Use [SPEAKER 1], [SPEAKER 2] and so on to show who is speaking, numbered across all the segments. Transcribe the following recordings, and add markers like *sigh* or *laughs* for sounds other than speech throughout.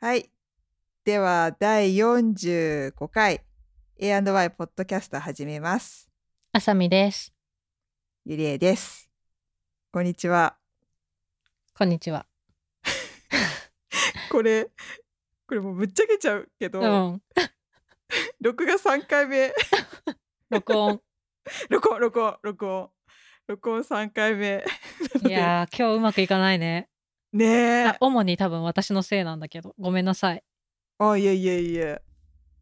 [SPEAKER 1] はい。では、第45回 A&Y ポッドキャスト始めます。
[SPEAKER 2] あさみです。
[SPEAKER 1] ゆりえです。こんにちは。
[SPEAKER 2] こんにちは。
[SPEAKER 1] これ、これもうぶっちゃけちゃうけど、
[SPEAKER 2] うん。
[SPEAKER 1] 録画3回目、 *laughs*
[SPEAKER 2] 録音。
[SPEAKER 1] 録音、録音、録音、録音3回目。
[SPEAKER 2] いやー、今日うまくいかないね。
[SPEAKER 1] *laughs* ねえ。
[SPEAKER 2] あ主に多分私のせいなんだけど、ごめんなさい。
[SPEAKER 1] あ、いえいえいえ。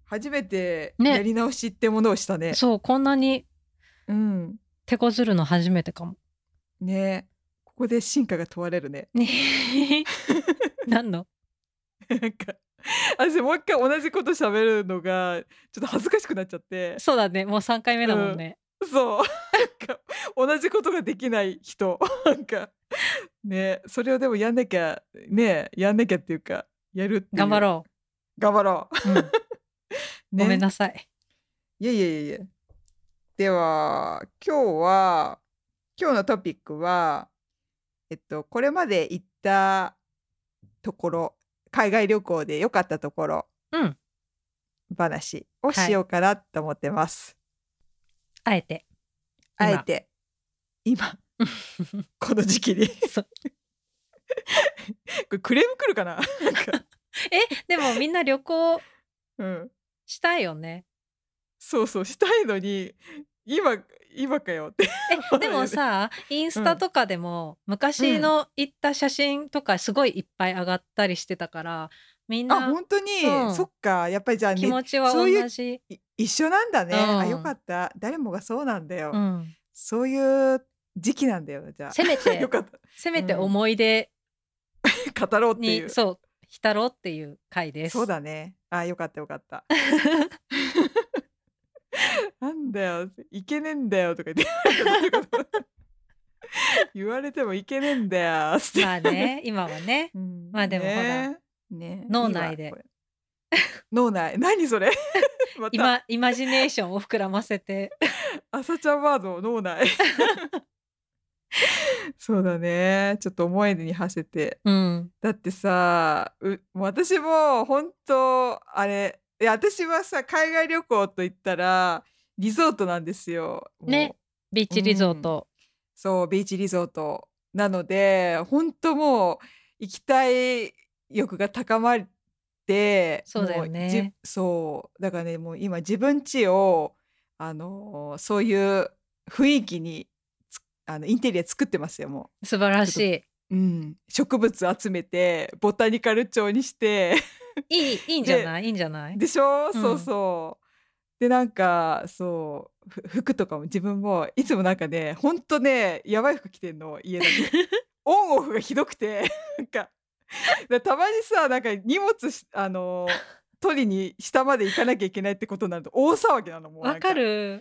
[SPEAKER 1] 初めて
[SPEAKER 2] ね
[SPEAKER 1] やり直しってものをしたね。
[SPEAKER 2] そう、こんなに
[SPEAKER 1] うん。
[SPEAKER 2] 手こずるの初めてかも。
[SPEAKER 1] ねここで進化が問われるね。
[SPEAKER 2] *laughs* 何の
[SPEAKER 1] *laughs* なんか、私もう一回同じこと喋るのが、ちょっと恥ずかしくなっちゃって。
[SPEAKER 2] そうだね、もう3回目だもんね。
[SPEAKER 1] そう。 *laughs* なんか、同じことができない人。 *laughs* なんか、ねそれをでもやんなきゃ、ねやんなきゃっていうか、やるっていう。
[SPEAKER 2] 頑張ろ
[SPEAKER 1] う。頑張ろ *laughs*
[SPEAKER 2] う。うん
[SPEAKER 1] う。
[SPEAKER 2] ごめん
[SPEAKER 1] ね。
[SPEAKER 2] なさい。
[SPEAKER 1] いやいやいやいや。では、今日は、今日のトピックは、えっと、これまで行ったところ、海外旅行で良かったところ
[SPEAKER 2] うん。
[SPEAKER 1] 話を
[SPEAKER 2] はい
[SPEAKER 1] しようかなと思ってます。
[SPEAKER 2] あえて。
[SPEAKER 1] あえて、今、
[SPEAKER 2] *laughs* 今。
[SPEAKER 1] この時期 *laughs* に。こ
[SPEAKER 2] *laughs* そう
[SPEAKER 1] れクレーム来るかな *laughs* なんか、
[SPEAKER 2] でもみんな旅行
[SPEAKER 1] うん。
[SPEAKER 2] したいよね。
[SPEAKER 1] そうそう、したいのに、今、今かよって。
[SPEAKER 2] え、でもさ、インスタとかでも昔の行った写真とかすごいいっぱい上がったりしてたから、みん
[SPEAKER 1] あ、
[SPEAKER 2] な
[SPEAKER 1] 本当に、
[SPEAKER 2] うん
[SPEAKER 1] そっか、やっぱりじゃあ、ね
[SPEAKER 2] 気持ちは
[SPEAKER 1] そういう
[SPEAKER 2] 同じ。
[SPEAKER 1] い一緒なんだね、
[SPEAKER 2] うん
[SPEAKER 1] あよかった誰もがそうなんだよ、
[SPEAKER 2] うん、
[SPEAKER 1] そういう時期なんだよじゃ
[SPEAKER 2] せめ
[SPEAKER 1] あ *laughs* よ
[SPEAKER 2] て
[SPEAKER 1] かっ
[SPEAKER 2] せめて
[SPEAKER 1] うん
[SPEAKER 2] 思い出
[SPEAKER 1] た語ろうって
[SPEAKER 2] に、
[SPEAKER 1] いう
[SPEAKER 2] そう浸ろうっていう回です。
[SPEAKER 1] そうだねあよかったよかった
[SPEAKER 2] *laughs*
[SPEAKER 1] なんだよいけねえんだよとか言って *laughs* 言われてもいけねえんだよつって、
[SPEAKER 2] ま
[SPEAKER 1] *laughs*
[SPEAKER 2] あね今はね
[SPEAKER 1] うん
[SPEAKER 2] まあでもほら
[SPEAKER 1] ねね
[SPEAKER 2] 脳内で
[SPEAKER 1] いいわこれ脳内 *laughs* 何それまた
[SPEAKER 2] 今イマジネーションを膨らませて
[SPEAKER 1] *laughs* 朝ちゃんワード脳内 *laughs* そうだねちょっと思い出に馳せて
[SPEAKER 2] うん
[SPEAKER 1] だってさう私も本当あれいや私はさ海外旅行といったらリゾートなんですよもう
[SPEAKER 2] ねビーチリゾート、
[SPEAKER 1] そうビーチリゾートなので本当もう行きたい欲が高まって
[SPEAKER 2] そうだよね
[SPEAKER 1] もうじそうだからねもう今自分家をあのーそういう雰囲気につあのインテリア作ってますよも
[SPEAKER 2] 素晴らし
[SPEAKER 1] う、うん、植物集めてボタニカル調にして
[SPEAKER 2] いいいいいいんじゃないいいんじゃな
[SPEAKER 1] *laughs*
[SPEAKER 2] い
[SPEAKER 1] でしょ、
[SPEAKER 2] ん
[SPEAKER 1] そうそうでなんかそうふ服とかも自分もいつもなんかねほんとねやばい服着てんの家だ
[SPEAKER 2] *laughs*
[SPEAKER 1] けオンオフがひどくて *laughs* なんかだたまにさなんか荷物しあの
[SPEAKER 2] *laughs*
[SPEAKER 1] ー取りに下まで行かなきゃいけないってことになると大騒ぎなのもうなん
[SPEAKER 2] わかる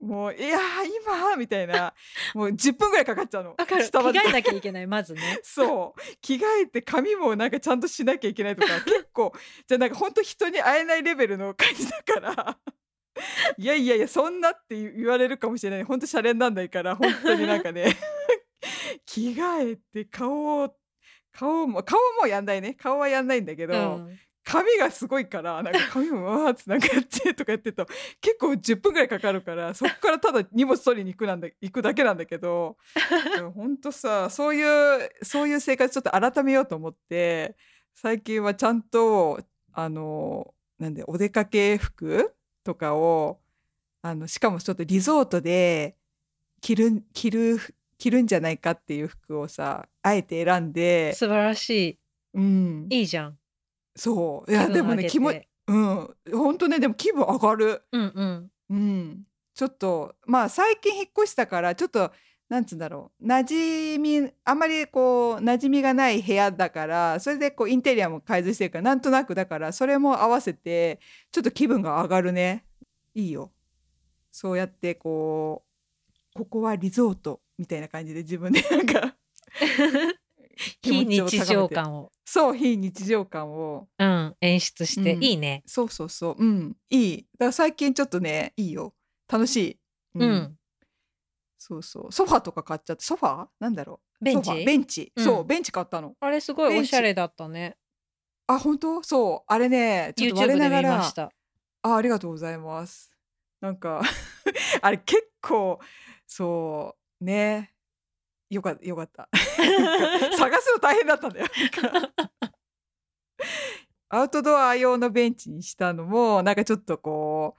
[SPEAKER 1] もういやー今みたいなもう10分ぐらいかかっちゃうの
[SPEAKER 2] わかる着
[SPEAKER 1] 下まで
[SPEAKER 2] 替えなきゃいけないま
[SPEAKER 1] *laughs*
[SPEAKER 2] ずね
[SPEAKER 1] そう着替えて髪もなんかちゃんとしなきゃいけないと
[SPEAKER 2] *laughs*
[SPEAKER 1] か結構じゃあなんか本当人に会えないレベルの感じだからいやいやいやそんなって言言われるかもしれない本当シャレになんないから本当になんか
[SPEAKER 2] *laughs*
[SPEAKER 1] ね着替えて顔を顔も顔もやんないね顔はやんないんだけど、
[SPEAKER 2] うん
[SPEAKER 1] 髪がすごいからなんか髪もわーってなんかやってとかやってると結構10分ぐらいかかるからそこからただ荷物取りに行くなんだ行くだけなんだけ
[SPEAKER 2] *laughs*
[SPEAKER 1] どでもほんとさそういうそういう生活ちょっと改めようと思って最近はちゃんとあのなんでお出かけ服とかをあのしかもちょっとリゾートで着る着る着るんじゃないかっていう服をさあえて選んで、
[SPEAKER 2] 素晴らし
[SPEAKER 1] うん、
[SPEAKER 2] いいいじゃん
[SPEAKER 1] そういや
[SPEAKER 2] 気分
[SPEAKER 1] でも
[SPEAKER 2] 上
[SPEAKER 1] ね
[SPEAKER 2] げて
[SPEAKER 1] 気持ちうん、本当ねでも気分上がる、
[SPEAKER 2] うんうん
[SPEAKER 1] うん、ちょっとまあ最近引っ越したからちょっとなんつうんだろう馴染みあんまりこう馴染みがない部屋だからそれでこうインテリアも改造してるからなんとなくだからそれも合わせてちょっと気分が上がるねいいよそうやってこうここはリゾートみたいな感じで自分でなんか気
[SPEAKER 2] *laughs* 非
[SPEAKER 1] 持ちを高めて
[SPEAKER 2] 日常感を
[SPEAKER 1] そう非日常感を
[SPEAKER 2] うん演出して、
[SPEAKER 1] うん
[SPEAKER 2] いいね
[SPEAKER 1] そうそうそう。うん。いい。だから最近ちょっとね、いいよ。楽しい。う
[SPEAKER 2] うん、
[SPEAKER 1] そうそう。ソファーとか買っちゃって、ソファーなんだろう。
[SPEAKER 2] ベン
[SPEAKER 1] ソファー
[SPEAKER 2] チ
[SPEAKER 1] ベンチ。
[SPEAKER 2] うん
[SPEAKER 1] そう、ベンチ買ったの。
[SPEAKER 2] あれすごいおしゃれだったね
[SPEAKER 1] あ本当そうあれねちょっと
[SPEAKER 2] YouTube
[SPEAKER 1] 我
[SPEAKER 2] で
[SPEAKER 1] なが
[SPEAKER 2] 見
[SPEAKER 1] ら
[SPEAKER 2] ました
[SPEAKER 1] あありがとうございます。なんか *laughs* あれ結構そうねよかよかった。 *laughs* 探すの大変だったんだよ。 *laughs* なんかアウトドア用のベンチにしたのもなんかちょっとこ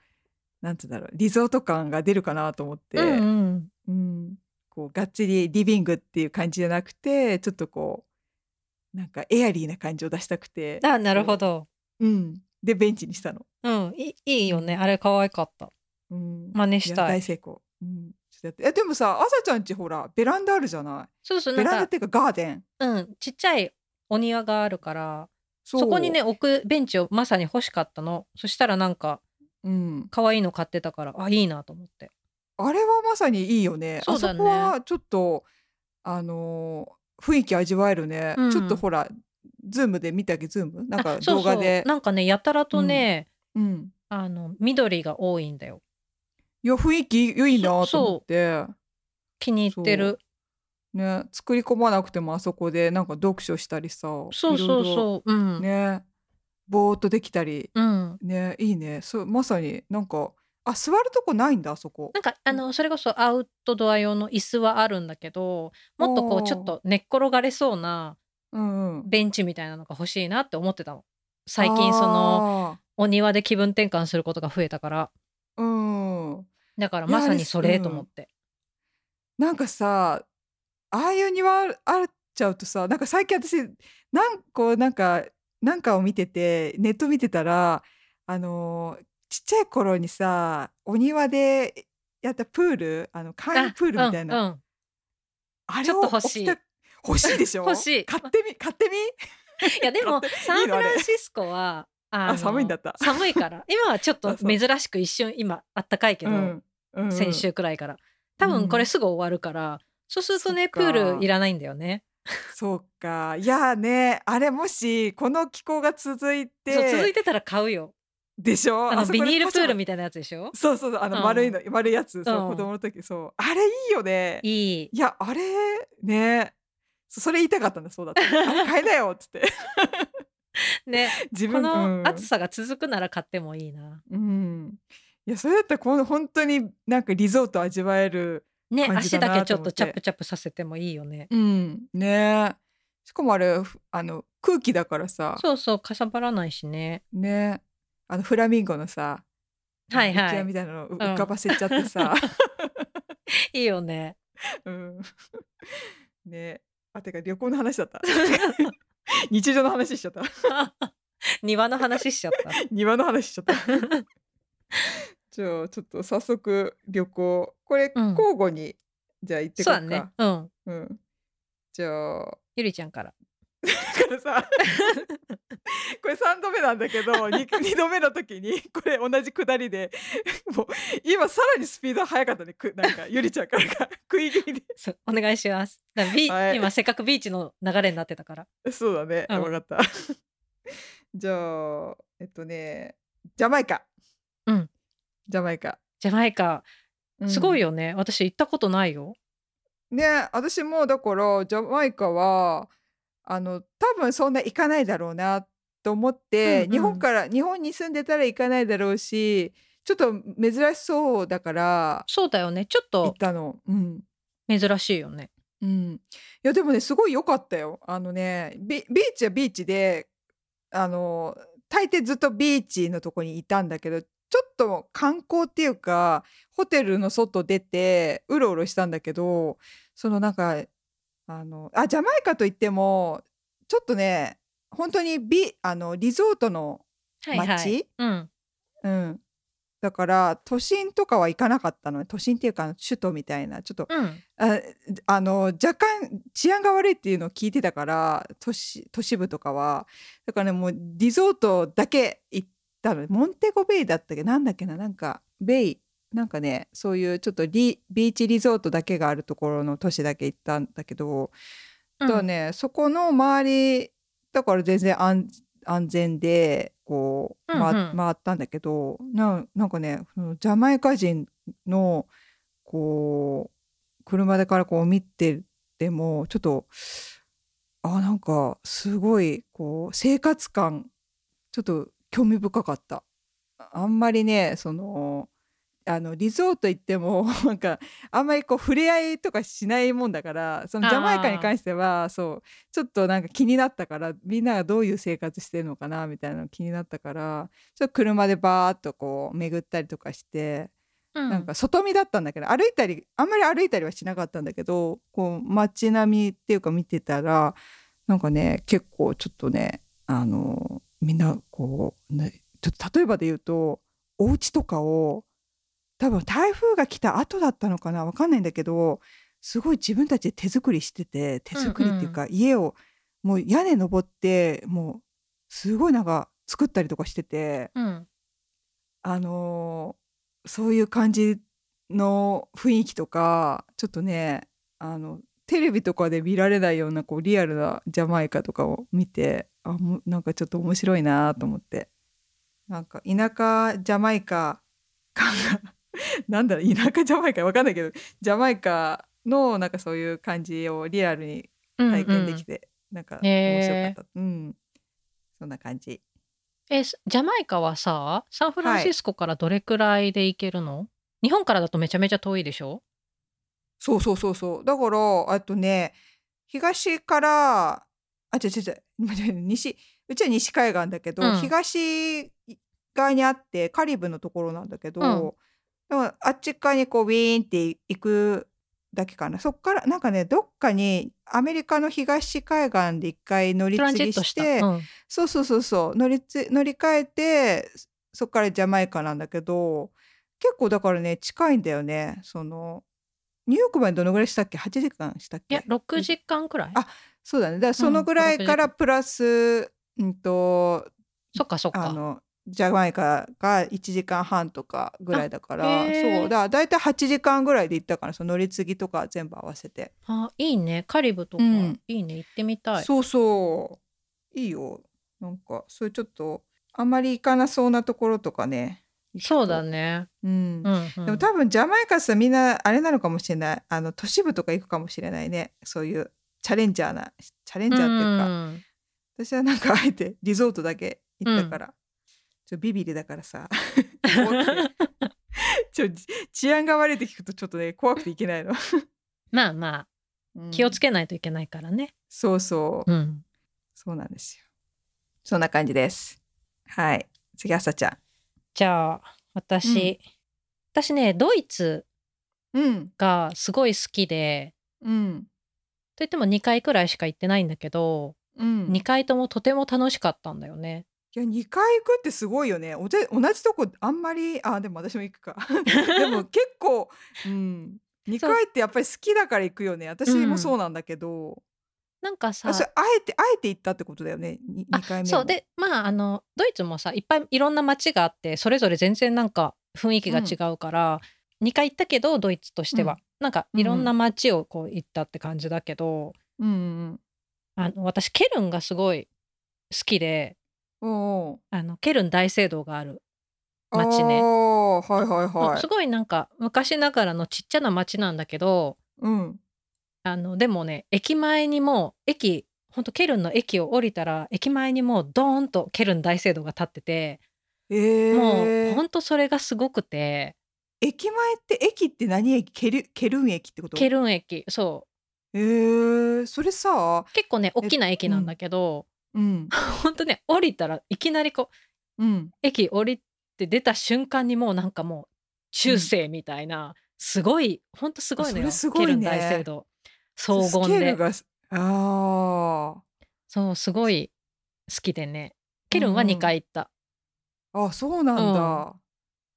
[SPEAKER 1] うなんつうんだろうリゾート感が出るかなと思って、
[SPEAKER 2] うんうん
[SPEAKER 1] うんこうがっちりリビングっていう感じじゃなくてちょっとこうなんかエアリーな感じを出したくて、
[SPEAKER 2] あなるほど
[SPEAKER 1] うん、でベンチにしたの。
[SPEAKER 2] うんいいいいよねあれ可愛かった
[SPEAKER 1] うん
[SPEAKER 2] 真似し
[SPEAKER 1] いや
[SPEAKER 2] たい
[SPEAKER 1] 大成功、うん、ちょっとやってえでもさ朝ちゃんちほらベランダあるじゃな
[SPEAKER 2] そうそ
[SPEAKER 1] いうベラン
[SPEAKER 2] な
[SPEAKER 1] ダっ
[SPEAKER 2] んか
[SPEAKER 1] ていうかガーデン
[SPEAKER 2] うんちっちゃいお庭があるから
[SPEAKER 1] そ
[SPEAKER 2] そうこにね、置くベンチをまさに欲しかったのそしたらなんか
[SPEAKER 1] うん、
[SPEAKER 2] 可愛いの買ってたからあいいなと思って
[SPEAKER 1] あれはまさにいいよね
[SPEAKER 2] そうだね
[SPEAKER 1] あそこはちょっとあのー雰囲気味わえるね、
[SPEAKER 2] うん
[SPEAKER 1] ちょっとほらズームで見たっけズームなんか
[SPEAKER 2] あ *laughs* そう
[SPEAKER 1] 動画で
[SPEAKER 2] そうなんかねやたらとね、
[SPEAKER 1] うん、
[SPEAKER 2] あの緑が多いんだよ
[SPEAKER 1] いや雰囲気いいなと思って
[SPEAKER 2] 気に入ってる
[SPEAKER 1] ね作り込まなくてもあそこでなんか読書したりさ
[SPEAKER 2] そうそう
[SPEAKER 1] いろ
[SPEAKER 2] そううん、
[SPEAKER 1] いろねぼーっとできたり
[SPEAKER 2] うん
[SPEAKER 1] ねいいねそうまさになんかあ座るとこないんだあそこ
[SPEAKER 2] なんかあのそれこそアウトドア用の椅子はあるんだけどもっとこ
[SPEAKER 1] おー
[SPEAKER 2] うちょっと寝っ転がれそうな
[SPEAKER 1] うんうん
[SPEAKER 2] ベンチみたいなのが欲しいなって思ってたの最近そのお庭で気分転換することが増えたから
[SPEAKER 1] あーうん
[SPEAKER 2] だから
[SPEAKER 1] いや
[SPEAKER 2] まさにそれ
[SPEAKER 1] うん
[SPEAKER 2] と思って
[SPEAKER 1] なんかさああいう庭あるあっちゃうとさなんか最近私なんこうなんかなんかを見ててネット見てたらあのーちっちゃい頃にさお庭でやったプールあの簡易プールみたいな、
[SPEAKER 2] うん
[SPEAKER 1] あ
[SPEAKER 2] う
[SPEAKER 1] れを
[SPEAKER 2] んちょっと欲しい
[SPEAKER 1] 置きた欲しいでしょ
[SPEAKER 2] 欲しい
[SPEAKER 1] 買ってみ買ってみ
[SPEAKER 2] いやでも
[SPEAKER 1] 買って
[SPEAKER 2] サンフ
[SPEAKER 1] *laughs* いいのあれ
[SPEAKER 2] ランシスコはあの
[SPEAKER 1] 寒いんだった
[SPEAKER 2] 寒いから今はちょっと
[SPEAKER 1] あ *laughs* そう
[SPEAKER 2] 珍しく一瞬今あったかいけど、
[SPEAKER 1] うんうん
[SPEAKER 2] 先週くらいから多分これすぐ終わるから、そうすると
[SPEAKER 1] そ
[SPEAKER 2] ね
[SPEAKER 1] っか
[SPEAKER 2] プールいらないんだよね
[SPEAKER 1] そうかいやーねあれもしこの気候が続いて
[SPEAKER 2] そう続いてたら買うよ
[SPEAKER 1] でしょ
[SPEAKER 2] あの
[SPEAKER 1] そこ
[SPEAKER 2] ビ
[SPEAKER 1] で
[SPEAKER 2] ニール
[SPEAKER 1] パ
[SPEAKER 2] プール
[SPEAKER 1] シャパシ
[SPEAKER 2] みたいなやつでしょ
[SPEAKER 1] ャ *laughs* そうそうそうあの
[SPEAKER 2] うん
[SPEAKER 1] 丸いの、丸いやつそう、
[SPEAKER 2] うん
[SPEAKER 1] 子供の時そうあれいいよねい
[SPEAKER 2] いい
[SPEAKER 1] やあれねそそれ言いたかったんだそうだってあれ買えなよっつって *laughs*
[SPEAKER 2] ね
[SPEAKER 1] 自
[SPEAKER 2] こ
[SPEAKER 1] 分う
[SPEAKER 2] の
[SPEAKER 1] ん
[SPEAKER 2] 暑さが続くなら買ってもいいな
[SPEAKER 1] うんいやそれだったらこの本当になんかリゾート味わえる
[SPEAKER 2] ね
[SPEAKER 1] 感じだ
[SPEAKER 2] 足
[SPEAKER 1] な
[SPEAKER 2] だけちょっ
[SPEAKER 1] と思っ
[SPEAKER 2] と
[SPEAKER 1] て
[SPEAKER 2] チャプチャプさせてもいいよね
[SPEAKER 1] うんねしかもあれふあの空気だからさ
[SPEAKER 2] そうそうかさばらないしね
[SPEAKER 1] ねあのフラミンゴのさ
[SPEAKER 2] はいはい
[SPEAKER 1] 浮き輪みたいなのを浮かばせちゃって
[SPEAKER 2] *laughs*
[SPEAKER 1] さ、
[SPEAKER 2] いいよね *laughs*
[SPEAKER 1] うん、 *laughs* ねあてか旅行の話だ
[SPEAKER 2] *laughs*
[SPEAKER 1] った *laughs* 日常の話しちゃった
[SPEAKER 2] 庭の話しちゃ
[SPEAKER 1] *laughs*
[SPEAKER 2] った
[SPEAKER 1] 庭の話し
[SPEAKER 2] *laughs*
[SPEAKER 1] ちゃったじゃあちょっと早速旅行これ
[SPEAKER 2] うん
[SPEAKER 1] 交互に、じゃあ行ってこ
[SPEAKER 2] そう
[SPEAKER 1] う
[SPEAKER 2] だ
[SPEAKER 1] か
[SPEAKER 2] ねうん
[SPEAKER 1] うん、じゃあ *laughs*
[SPEAKER 2] ゆりちゃんから
[SPEAKER 1] これさ *laughs* これ3度目なんだけど
[SPEAKER 2] *laughs*
[SPEAKER 1] 2, 度目の時にこれ同じくだりでもう今さらにスピード速かったねくなんかゆりちゃんからが食い気味で
[SPEAKER 2] そうお願いします。だからビー
[SPEAKER 1] はい
[SPEAKER 2] 今せっかくビーチの流れになってたから。
[SPEAKER 1] *laughs* そうだね
[SPEAKER 2] うん
[SPEAKER 1] 分かった *laughs* じゃあえっとねジャマイカ
[SPEAKER 2] うん
[SPEAKER 1] ジャマイカ、
[SPEAKER 2] ジャマイカ
[SPEAKER 1] うん
[SPEAKER 2] すごいよね。私行ったことないよ。
[SPEAKER 1] ね私もだからジャマイカはあの多分そんな行かないだろうなと思って、
[SPEAKER 2] うんうん
[SPEAKER 1] 日本から日本に住んでたら行かないだろうしちょっと珍しそうだから
[SPEAKER 2] そうだよね。ちょっ
[SPEAKER 1] 行っ
[SPEAKER 2] と
[SPEAKER 1] たのうん
[SPEAKER 2] 珍しいよね。
[SPEAKER 1] うんいやでもねすごい良かったよあのねビビーチはビーチであの大抵ずっとビーチのとこにいたんだけどちょっと観光っていうかホテルの外出てうろうろしたんだけどそのなんかあのあジャマイカといってもちょっとね本当にビあのリゾートの
[SPEAKER 2] はいはい。
[SPEAKER 1] 街
[SPEAKER 2] うん。
[SPEAKER 1] うん、だから都心とかは行かなかったのね都心っていうか首都みたいなちょっと
[SPEAKER 2] うん。
[SPEAKER 1] ああの若干治安が悪いっていうのを聞いてたから都市都市部とかはだからねもうリゾートだけ行ったのモンテゴベイだったっけなんだっけななんかベイなんかねそういうちょっとリビーチリゾートだけがあるところの都市だけ行ったんだけど、
[SPEAKER 2] うん
[SPEAKER 1] だからねそこの周りだから全然安安全でこう、ま
[SPEAKER 2] うんうん
[SPEAKER 1] 回ったんだけどななんかねそのジャマイカ人のこう車でからこう見ててもちょっとあなんかすごいこう生活感ちょっと興味深かったあんまりねそのあのリゾート行っても *laughs* なんかあんまりこう触れ合いとかしないもんだからそのジャマイカに関してはそうちょっとなんか気になったからみんながどういう生活してるのかなみたいなの気になったからちょっと車でバーっとこう巡ったりとかして
[SPEAKER 2] うん
[SPEAKER 1] なんか外見だったんだけど歩いたりあんまり歩いたりはしなかったんだけどこう街並みっていうか見てたらなんかね結構ちょっとねあのみんなこう、ね、ちょっと例えばで言うとお家とかを多分台風が来た後だったのかなわかんないんだけどすごい自分たちで手作りしてて手作りっていうか、家をもう屋根登ってもうすごいなんか作ったりとかしてて。
[SPEAKER 2] うん
[SPEAKER 1] あのーそういう感じの雰囲気とかちょっとねあのテレビとかで見られないようなこうリアルなジャマイカとかを見てあもなんかちょっと面白いなと思ってなんか田舎ジャマイカ感が *laughs* なんだろう田舎ジャマイカわかんないけどジャマイカのなんかそういう感じをリアルに
[SPEAKER 2] うん
[SPEAKER 1] 体験でき
[SPEAKER 2] うん
[SPEAKER 1] て、なんか面白か
[SPEAKER 2] へー
[SPEAKER 1] った、うんそんな感じ
[SPEAKER 2] えジャマイカはさサンフランシスコからどれくらいで行けるの、日本からだとめちゃめちゃ遠いでしょ
[SPEAKER 1] そうそうそうそう。だから、あとね、東から、あ、違う違う違う待って、西、うちは西海岸だけど、
[SPEAKER 2] うん
[SPEAKER 1] 東側にあって、カリブのところなんだけど、
[SPEAKER 2] うん
[SPEAKER 1] でもあっち側にこう、ウィーンって行くだけかな。そっから、なんかね、どっかにアメリカの東海岸で一回乗り
[SPEAKER 2] トランジ
[SPEAKER 1] 継ぎ
[SPEAKER 2] ット
[SPEAKER 1] し
[SPEAKER 2] した、
[SPEAKER 1] て、
[SPEAKER 2] うん
[SPEAKER 1] そうそうそうそう乗りつ乗り換えてそそっからジャマイカなんだけど結構だからね近いんだよねそのニューヨークまでどのぐらいしたっけ8時間したっ
[SPEAKER 2] いや
[SPEAKER 1] け
[SPEAKER 2] 6時間くらい
[SPEAKER 1] あそうだねだからそのぐらいからプラス、うん、と
[SPEAKER 2] そっかそっ
[SPEAKER 1] あ
[SPEAKER 2] か
[SPEAKER 1] のジャマイカが1時間半とかぐらいだから
[SPEAKER 2] あへー
[SPEAKER 1] そうだだいたい8時間ぐらいで行ったからその乗り継ぎとか全部合わせて、
[SPEAKER 2] あいいねカリブとか、
[SPEAKER 1] うん
[SPEAKER 2] いいね行ってみたい
[SPEAKER 1] そうそういいよなんかそういうちょっとあんまり行かなそうなところとかね行くと
[SPEAKER 2] そうだね、
[SPEAKER 1] うん
[SPEAKER 2] う、んうん、
[SPEAKER 1] でも多分ジャマイカさみんなあれなのかもしれないあの都市部とか行くかもしれないねそういうチャレンジャーなチャレンジャーっていうか、
[SPEAKER 2] ん
[SPEAKER 1] 私はなんかあえてリゾートだけ行ったから、ちょビビリだからさ怖
[SPEAKER 2] *laughs*
[SPEAKER 1] くてちょ治安が悪いって聞くとちょっとね怖くていけないの、
[SPEAKER 2] まあまあ気をつ
[SPEAKER 1] け
[SPEAKER 2] けないといけないからね、
[SPEAKER 1] そうそう、
[SPEAKER 2] うん
[SPEAKER 1] そうなんですよそんな感じですはい次朝ちゃ
[SPEAKER 2] じゃあ私、私ねドイツ
[SPEAKER 1] んうん
[SPEAKER 2] がすごい好きで
[SPEAKER 1] うん
[SPEAKER 2] といっても2回くらいしか行ってないんだけど、
[SPEAKER 1] うん
[SPEAKER 2] 2回ともとても楽しかったんだよね。
[SPEAKER 1] いや2回行くってすごいよねおじゃ同じとこあんまりあでも私も行くか *laughs* でも結構、うん、2回ってやっぱり好きだから行くよね私もそうなんだけど、
[SPEAKER 2] なんかさ
[SPEAKER 1] あそれあえてあえて行ったってことだよねに
[SPEAKER 2] あ
[SPEAKER 1] 2回目も
[SPEAKER 2] そうでまああのドイツもさいっぱいいろんな街があってそれぞれ全然なんか雰囲気が違うから、2回行ったけどドイツとしては、
[SPEAKER 1] うん
[SPEAKER 2] なんかいろんな街をこう行ったって感じだけど、
[SPEAKER 1] うん
[SPEAKER 2] あの私ケルンがすごい好きで
[SPEAKER 1] うんお
[SPEAKER 2] あのケルン大聖堂がある、
[SPEAKER 1] ー
[SPEAKER 2] 街ね
[SPEAKER 1] あーはいはいは
[SPEAKER 2] す
[SPEAKER 1] い
[SPEAKER 2] ごいなんか昔ながらのちっちゃな街なんだけど
[SPEAKER 1] うん
[SPEAKER 2] あのでもね駅前にもう駅ほんとケルンの駅を降りたら駅前にもうドーンとケルン大聖堂が立ってて、
[SPEAKER 1] え
[SPEAKER 2] もうほ
[SPEAKER 1] ー、
[SPEAKER 2] んとそれがすごくて
[SPEAKER 1] 駅前って駅って何駅ケルケルン駅ってこと
[SPEAKER 2] ケルン駅そ
[SPEAKER 1] えー、それさ
[SPEAKER 2] う結構ね大きな駅なんだけど、
[SPEAKER 1] うん
[SPEAKER 2] ほんとね降りたらいきなりこう
[SPEAKER 1] うん
[SPEAKER 2] 駅降りて出た瞬間にもうなんかもう中世みたいな、すごいほんとすごいの
[SPEAKER 1] そ
[SPEAKER 2] よ
[SPEAKER 1] れすごいね
[SPEAKER 2] ケルン大聖堂荘
[SPEAKER 1] ス
[SPEAKER 2] 厳
[SPEAKER 1] ケール
[SPEAKER 2] で
[SPEAKER 1] がすああ
[SPEAKER 2] そうすごい好きでねケルンは2回行った、
[SPEAKER 1] あ、そうなんだ。
[SPEAKER 2] う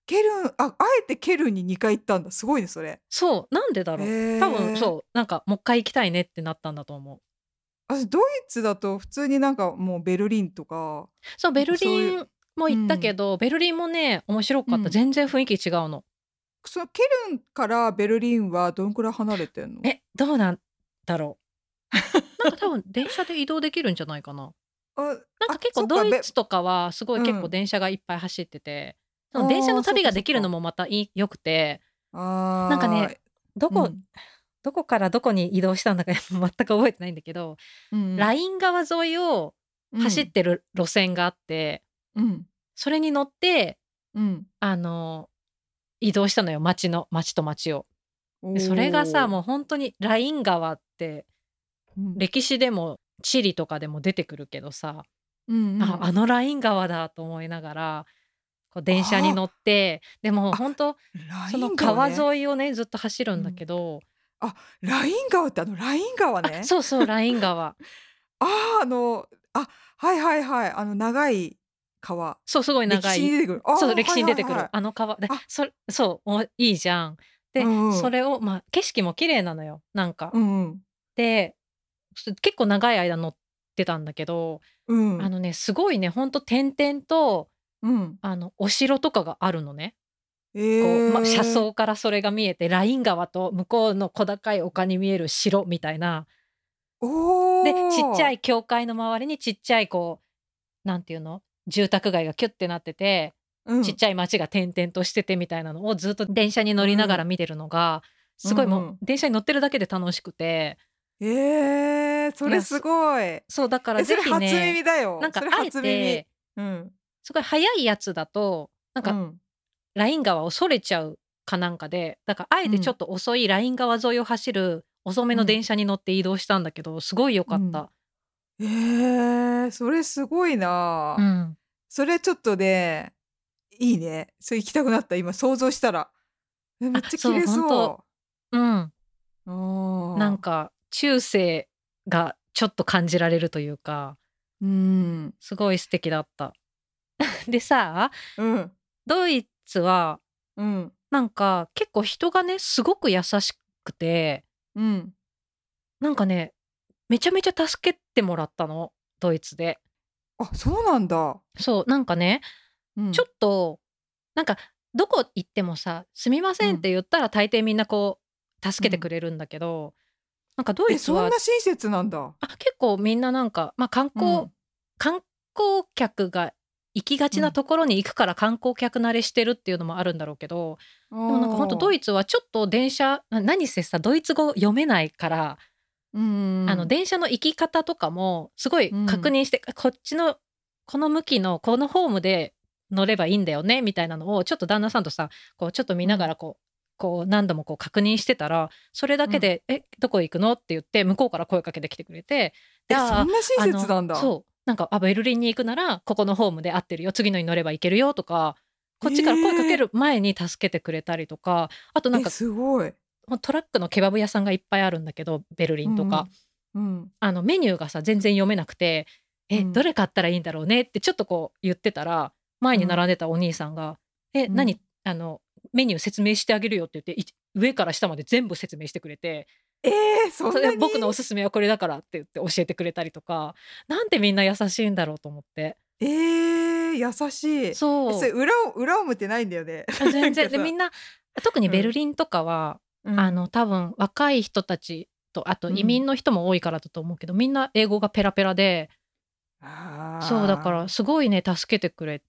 [SPEAKER 1] ケルン、あ、あえてケルンに2回行ったんだ。すごいね、それ。
[SPEAKER 2] そうなんでだろう多分
[SPEAKER 1] う。
[SPEAKER 2] そうなんかもう一回行きたいねってなったんだと思う
[SPEAKER 1] 私ドイツだと普通になんかもうベルリンとか。
[SPEAKER 2] そうベル
[SPEAKER 1] そう
[SPEAKER 2] リ
[SPEAKER 1] い
[SPEAKER 2] ンも行ったけど、ベルリンもね面白かった、
[SPEAKER 1] うん
[SPEAKER 2] 全然雰囲気違うの
[SPEAKER 1] そのケルンからベルリンはどのくらい離れてんの？
[SPEAKER 2] えどうなんだろう *laughs* なんか多分電車で移動できるんじゃないかな
[SPEAKER 1] あ、
[SPEAKER 2] なんか
[SPEAKER 1] あ
[SPEAKER 2] 結構
[SPEAKER 1] そっ
[SPEAKER 2] ドイ
[SPEAKER 1] べ
[SPEAKER 2] ツとかはすごい
[SPEAKER 1] うん
[SPEAKER 2] 結構電車がいっぱい走ってて、
[SPEAKER 1] あー
[SPEAKER 2] その電車の旅ができるのもまたいい良くて
[SPEAKER 1] あー
[SPEAKER 2] なんかねど
[SPEAKER 1] う
[SPEAKER 2] こ、
[SPEAKER 1] ん
[SPEAKER 2] どこからどこに移動したんだか *laughs* 全く覚えてないんだけど、
[SPEAKER 1] うん
[SPEAKER 2] ライン川沿いを走ってる路線があって、
[SPEAKER 1] うん
[SPEAKER 2] それに乗って
[SPEAKER 1] うん
[SPEAKER 2] あの移動したのよ町の町と町を。
[SPEAKER 1] う
[SPEAKER 2] で
[SPEAKER 1] ん
[SPEAKER 2] それがさもう本当にライン川って
[SPEAKER 1] うん
[SPEAKER 2] 歴史でも地理とかでも出てくるけどさ、
[SPEAKER 1] うんうん
[SPEAKER 2] ああのライン川だと思いながらこう電車に乗ってでも本当
[SPEAKER 1] ライ
[SPEAKER 2] その
[SPEAKER 1] ン
[SPEAKER 2] 川
[SPEAKER 1] 川ね
[SPEAKER 2] 沿いをねずっと走るんだけど、
[SPEAKER 1] ライン川ってあのライン川ね
[SPEAKER 2] あそうそうライン川
[SPEAKER 1] あああのあはいはいはいあの長い川
[SPEAKER 2] そうすごい
[SPEAKER 1] 歴
[SPEAKER 2] 長
[SPEAKER 1] 史に
[SPEAKER 2] い
[SPEAKER 1] 出てくるあー
[SPEAKER 2] そう歴史に出てくる、
[SPEAKER 1] はいはい
[SPEAKER 2] あの川で
[SPEAKER 1] あ
[SPEAKER 2] そそうおいいじゃん。で、
[SPEAKER 1] うんうん
[SPEAKER 2] それをまあ景色も綺麗なのよなんか。
[SPEAKER 1] はいうん
[SPEAKER 2] でそ結構長い間乗ってたんだけど、
[SPEAKER 1] うんうん
[SPEAKER 2] あのねすごいねほんと点々と
[SPEAKER 1] うん
[SPEAKER 2] あのお城とかがあるのね。
[SPEAKER 1] え
[SPEAKER 2] こう
[SPEAKER 1] ー
[SPEAKER 2] ま、車窓からそれが見えてライン川と向こうの小高い丘に見える城みたいな
[SPEAKER 1] お
[SPEAKER 2] でちっちゃ
[SPEAKER 1] い
[SPEAKER 2] い教会の周りにちっちゃいこうなんていうの住宅街がキュッてなってて、ちっちゃい町が点々としててみたいなのをずっと電車に乗りながら見てるのが、すごいもう、
[SPEAKER 1] うんうん
[SPEAKER 2] 電車に乗ってるだけで楽しくて
[SPEAKER 1] えー、それすごい。え、
[SPEAKER 2] そうだから
[SPEAKER 1] そ
[SPEAKER 2] ぜ
[SPEAKER 1] れ
[SPEAKER 2] ひ
[SPEAKER 1] 初
[SPEAKER 2] ね
[SPEAKER 1] 耳だよ。
[SPEAKER 2] なんか
[SPEAKER 1] それ
[SPEAKER 2] あえ
[SPEAKER 1] 初耳
[SPEAKER 2] て。
[SPEAKER 1] うん。
[SPEAKER 2] すごい早いやつだとな
[SPEAKER 1] う
[SPEAKER 2] んか
[SPEAKER 1] ん
[SPEAKER 2] ライン川をそれちゃうかなんかでだからあえてちょっと遅いライン川沿いを走る遅めの電車に乗って移動したんだけど、すごい良かった、
[SPEAKER 1] えー、それすごいな、
[SPEAKER 2] うん
[SPEAKER 1] それちょっとね、いいね。それ行きたくなった。今想像したら。えめっちゃ綺麗
[SPEAKER 2] そう
[SPEAKER 1] そ
[SPEAKER 2] 本うん、
[SPEAKER 1] う。あー
[SPEAKER 2] なん。か中世がちょっと感じられるというか
[SPEAKER 1] うん。
[SPEAKER 2] すごい素敵だった *laughs* でさ
[SPEAKER 1] うん。
[SPEAKER 2] ドイツは
[SPEAKER 1] うん。
[SPEAKER 2] なんか結構人がねすごく優しくて
[SPEAKER 1] うん。
[SPEAKER 2] なんかねめちゃめちゃ助けてもらったのドイツで
[SPEAKER 1] あ、そうなんだ。
[SPEAKER 2] そうなんかね
[SPEAKER 1] うん、
[SPEAKER 2] ちょっとなんかどこ行ってもさ「すみません」って言ったら大抵みんなこう助けてくれるんだけど、なんかドイ
[SPEAKER 1] え、
[SPEAKER 2] ツ
[SPEAKER 1] そ
[SPEAKER 2] は
[SPEAKER 1] んな親切なんだ。
[SPEAKER 2] あ結構みんななんか、まあ、観光、
[SPEAKER 1] うん
[SPEAKER 2] 観光客が行きがちなところに行くから観光客慣れしてるっていうのもあるんだろうけど、
[SPEAKER 1] で
[SPEAKER 2] でもなんか本当ド
[SPEAKER 1] イ
[SPEAKER 2] イツはちょっと電車な何せさドイツ語読めないから、
[SPEAKER 1] ツ、うん、
[SPEAKER 2] あの電車の行き方とかもすごい確認して、こっちのこの向きのこのホームで乗ればいいんだよねみたいなのをちょっと旦那さんとさこうちょっと見ながらこう,、こう何度もこう確認してたらそれだけで「えどこ行くの?」って言って向こうから声かけてきてくれて
[SPEAKER 1] え、
[SPEAKER 2] で
[SPEAKER 1] そ
[SPEAKER 2] あ
[SPEAKER 1] んな親切なんだ。
[SPEAKER 2] あのそうなんかあベルリンに行くならここのホームで合ってるよ次のに乗れば行けるよとかこっちから声かける前に助けてくれたりとか、あとなん
[SPEAKER 1] え、
[SPEAKER 2] か
[SPEAKER 1] すごい。
[SPEAKER 2] トラックのケバブ屋さんがいっぱいあるんだけどベルリンとか。
[SPEAKER 1] うん。
[SPEAKER 2] あのメニューがさ全然読めなくて「え、
[SPEAKER 1] うん
[SPEAKER 2] どれ買ったらいいんだろうね」ってちょっとこう言ってたら前に並んでたお兄さんが「え
[SPEAKER 1] うん
[SPEAKER 2] 何あのメニュー説明してあげるよ」って言ってい上から下まで全部説明してくれて
[SPEAKER 1] えー、そ
[SPEAKER 2] そ
[SPEAKER 1] ん
[SPEAKER 2] れ
[SPEAKER 1] な
[SPEAKER 2] で
[SPEAKER 1] に
[SPEAKER 2] 僕のおすすめはこれだからって言って教えてくれたりとかなんてみんな優しいんだろうと思って
[SPEAKER 1] えー、優しい。
[SPEAKER 2] そ
[SPEAKER 1] えそれ
[SPEAKER 2] う
[SPEAKER 1] 裏を裏表ないんだよね。 *laughs*
[SPEAKER 2] あ全然でみ
[SPEAKER 1] なん
[SPEAKER 2] な特にベルリンとかは、
[SPEAKER 1] んかさ
[SPEAKER 2] あ、の多分若い人たちとあと
[SPEAKER 1] うん
[SPEAKER 2] 移民の人も多いからだと思うけど、みんな英語がペラペラで。そうだからすごいね助けてくれ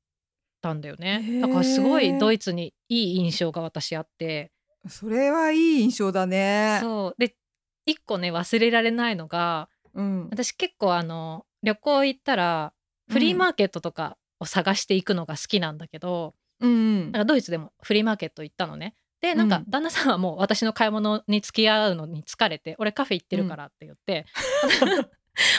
[SPEAKER 2] たんだよ
[SPEAKER 1] へ
[SPEAKER 2] ね
[SPEAKER 1] ー
[SPEAKER 2] だからすごいドイツにいい印象が私あって
[SPEAKER 1] らそれはいい印象だね。
[SPEAKER 2] そうで一個ね忘れられないのが
[SPEAKER 1] うん。
[SPEAKER 2] 私結構あの旅行行ったらフリーマーケットとかを探していくのが好きなんだけど、
[SPEAKER 1] うんうん
[SPEAKER 2] なんかドイツでもフリーマーケット行ったのねでなんか
[SPEAKER 1] うん
[SPEAKER 2] 旦那さんはもう私の買い物に付き合うのに疲れて俺カフェ行ってるからって言って、 *laughs*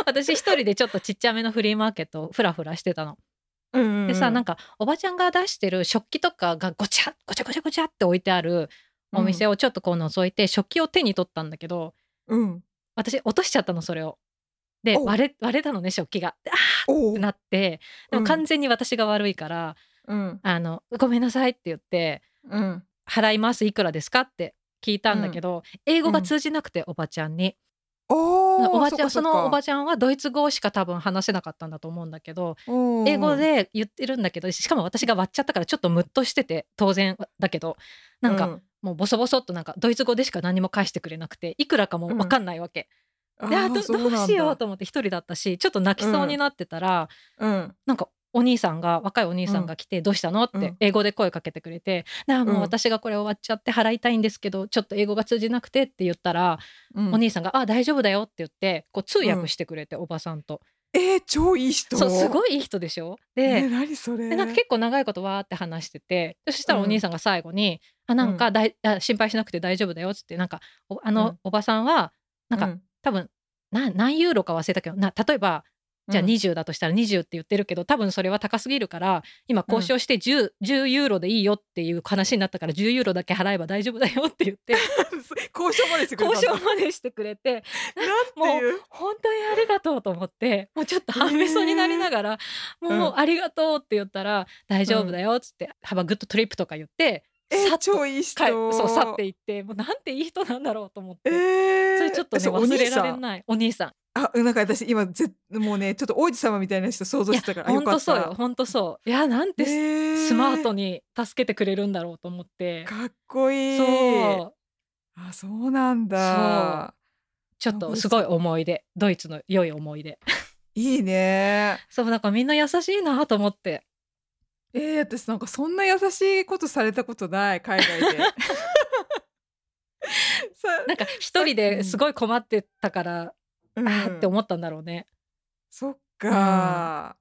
[SPEAKER 2] 私一人でちょっとちっちゃめのフリーマーケットをフラフラしてたの。
[SPEAKER 1] *laughs* うんうん。
[SPEAKER 2] でさなん
[SPEAKER 1] か
[SPEAKER 2] かおばちゃんが出してる食器とかがごちゃごちゃごちゃごちゃって置いてあるお店
[SPEAKER 1] を、
[SPEAKER 2] をちょっとこう覗いて食器を手に取ったんだけど
[SPEAKER 1] うん、
[SPEAKER 2] 私落としちゃったのそれを。で
[SPEAKER 1] お
[SPEAKER 2] 割れ割れたのね食器が。であー
[SPEAKER 1] お
[SPEAKER 2] っ
[SPEAKER 1] お
[SPEAKER 2] て。なってで
[SPEAKER 1] うん
[SPEAKER 2] も完全に私が悪いから
[SPEAKER 1] うん
[SPEAKER 2] 「あのごめんなさい」って言って
[SPEAKER 1] うん。
[SPEAKER 2] 「払いますいくらですか?」って聞いたんだけど、英語が通じなくておばちゃんに、
[SPEAKER 1] おお。
[SPEAKER 2] おばちゃんそのおば
[SPEAKER 1] ち
[SPEAKER 2] ちゃんはドイツ語しか多分話せなかったんだと思うんだけど
[SPEAKER 1] ゃん
[SPEAKER 2] 英語で言ってるんだけどしかも私が割っちゃったからちょっとムッとしてて当然だけどなんかもうボソボソっとなんかドイツ語でしか何も返してくれなくていくらかも分かんないわけ、
[SPEAKER 1] うん
[SPEAKER 2] であ
[SPEAKER 1] ー
[SPEAKER 2] ど
[SPEAKER 1] そな
[SPEAKER 2] ど
[SPEAKER 1] んだ
[SPEAKER 2] うしようと思って一人だったしちょっと泣きそうになってたら、
[SPEAKER 1] うん
[SPEAKER 2] なんかお兄さんが若いお兄さんが来て「どうしたの?」っ
[SPEAKER 1] う
[SPEAKER 2] て
[SPEAKER 1] ん
[SPEAKER 2] 英語で声かけてくれて「なあもううん私がこれ終わっちゃって払いたいんですけどちょっと英語が通じなくて」って言ったらお兄さんが「あ大丈夫だよ」って言ってこう通訳してくれておばさんと
[SPEAKER 1] えー、超いい人
[SPEAKER 2] そうす
[SPEAKER 1] い
[SPEAKER 2] ごいいい人でしょ
[SPEAKER 1] ね
[SPEAKER 2] で
[SPEAKER 1] 何それ
[SPEAKER 2] でなんか結構長いことわーって話しててそしたらお兄さんが最後に「あな
[SPEAKER 1] う
[SPEAKER 2] んかだいあ心配しなくて大丈夫だよ」っつってなんかおあ
[SPEAKER 1] う
[SPEAKER 2] の
[SPEAKER 1] ん
[SPEAKER 2] おばさんはなんか
[SPEAKER 1] う
[SPEAKER 2] 多分な何ユーロか忘れたけどな例えばじゃ
[SPEAKER 1] *laughs*
[SPEAKER 2] あ
[SPEAKER 1] うん
[SPEAKER 2] 20だとしたら20って言ってるけど多分それは高すぎるから今交渉して 10,、10ユーロでいいよっていう話になったから10ユーロだけ払えば大丈夫だよって言って
[SPEAKER 1] *laughs* 交渉までしてくれた
[SPEAKER 2] 交
[SPEAKER 1] んだ
[SPEAKER 2] 渉までしてくれて
[SPEAKER 1] っ
[SPEAKER 2] も
[SPEAKER 1] て
[SPEAKER 2] う
[SPEAKER 1] いう
[SPEAKER 2] 本当にありがとうと思ってもうちょっと半べそになりながら、もうありがとうって言ったら大丈夫だよっつって、幅グッドトリップとか言って
[SPEAKER 1] えー、
[SPEAKER 2] さっと
[SPEAKER 1] 超いい人
[SPEAKER 2] かえそう去っていってもうなんていい人なんだろうと思って、
[SPEAKER 1] えー、
[SPEAKER 2] それちょっとね
[SPEAKER 1] えう
[SPEAKER 2] 忘れら
[SPEAKER 1] お
[SPEAKER 2] れ
[SPEAKER 1] 兄さん
[SPEAKER 2] ないお兄さん
[SPEAKER 1] あなんか私今ぜもうねちょっと王子様みたいな人想像し
[SPEAKER 2] いや
[SPEAKER 1] てたからあ
[SPEAKER 2] 本
[SPEAKER 1] か
[SPEAKER 2] 当
[SPEAKER 1] った
[SPEAKER 2] そうよ本当そういやなんて
[SPEAKER 1] え
[SPEAKER 2] ス,、
[SPEAKER 1] ー
[SPEAKER 2] マートに助けてくれるんだろうと思って
[SPEAKER 1] かっこいい
[SPEAKER 2] そう
[SPEAKER 1] あそうなんだ
[SPEAKER 2] ちょっとすごい思い出ドイツの良い思い出
[SPEAKER 1] いいね
[SPEAKER 2] そうなんかみんな優しいなと思って
[SPEAKER 1] えー、私なんかそんな優しいことされたことない海
[SPEAKER 2] *laughs*
[SPEAKER 1] 外でさ
[SPEAKER 2] なんか一人ですごい困ってたから、
[SPEAKER 1] うん
[SPEAKER 2] あーって思ったんだろうね
[SPEAKER 1] そっか、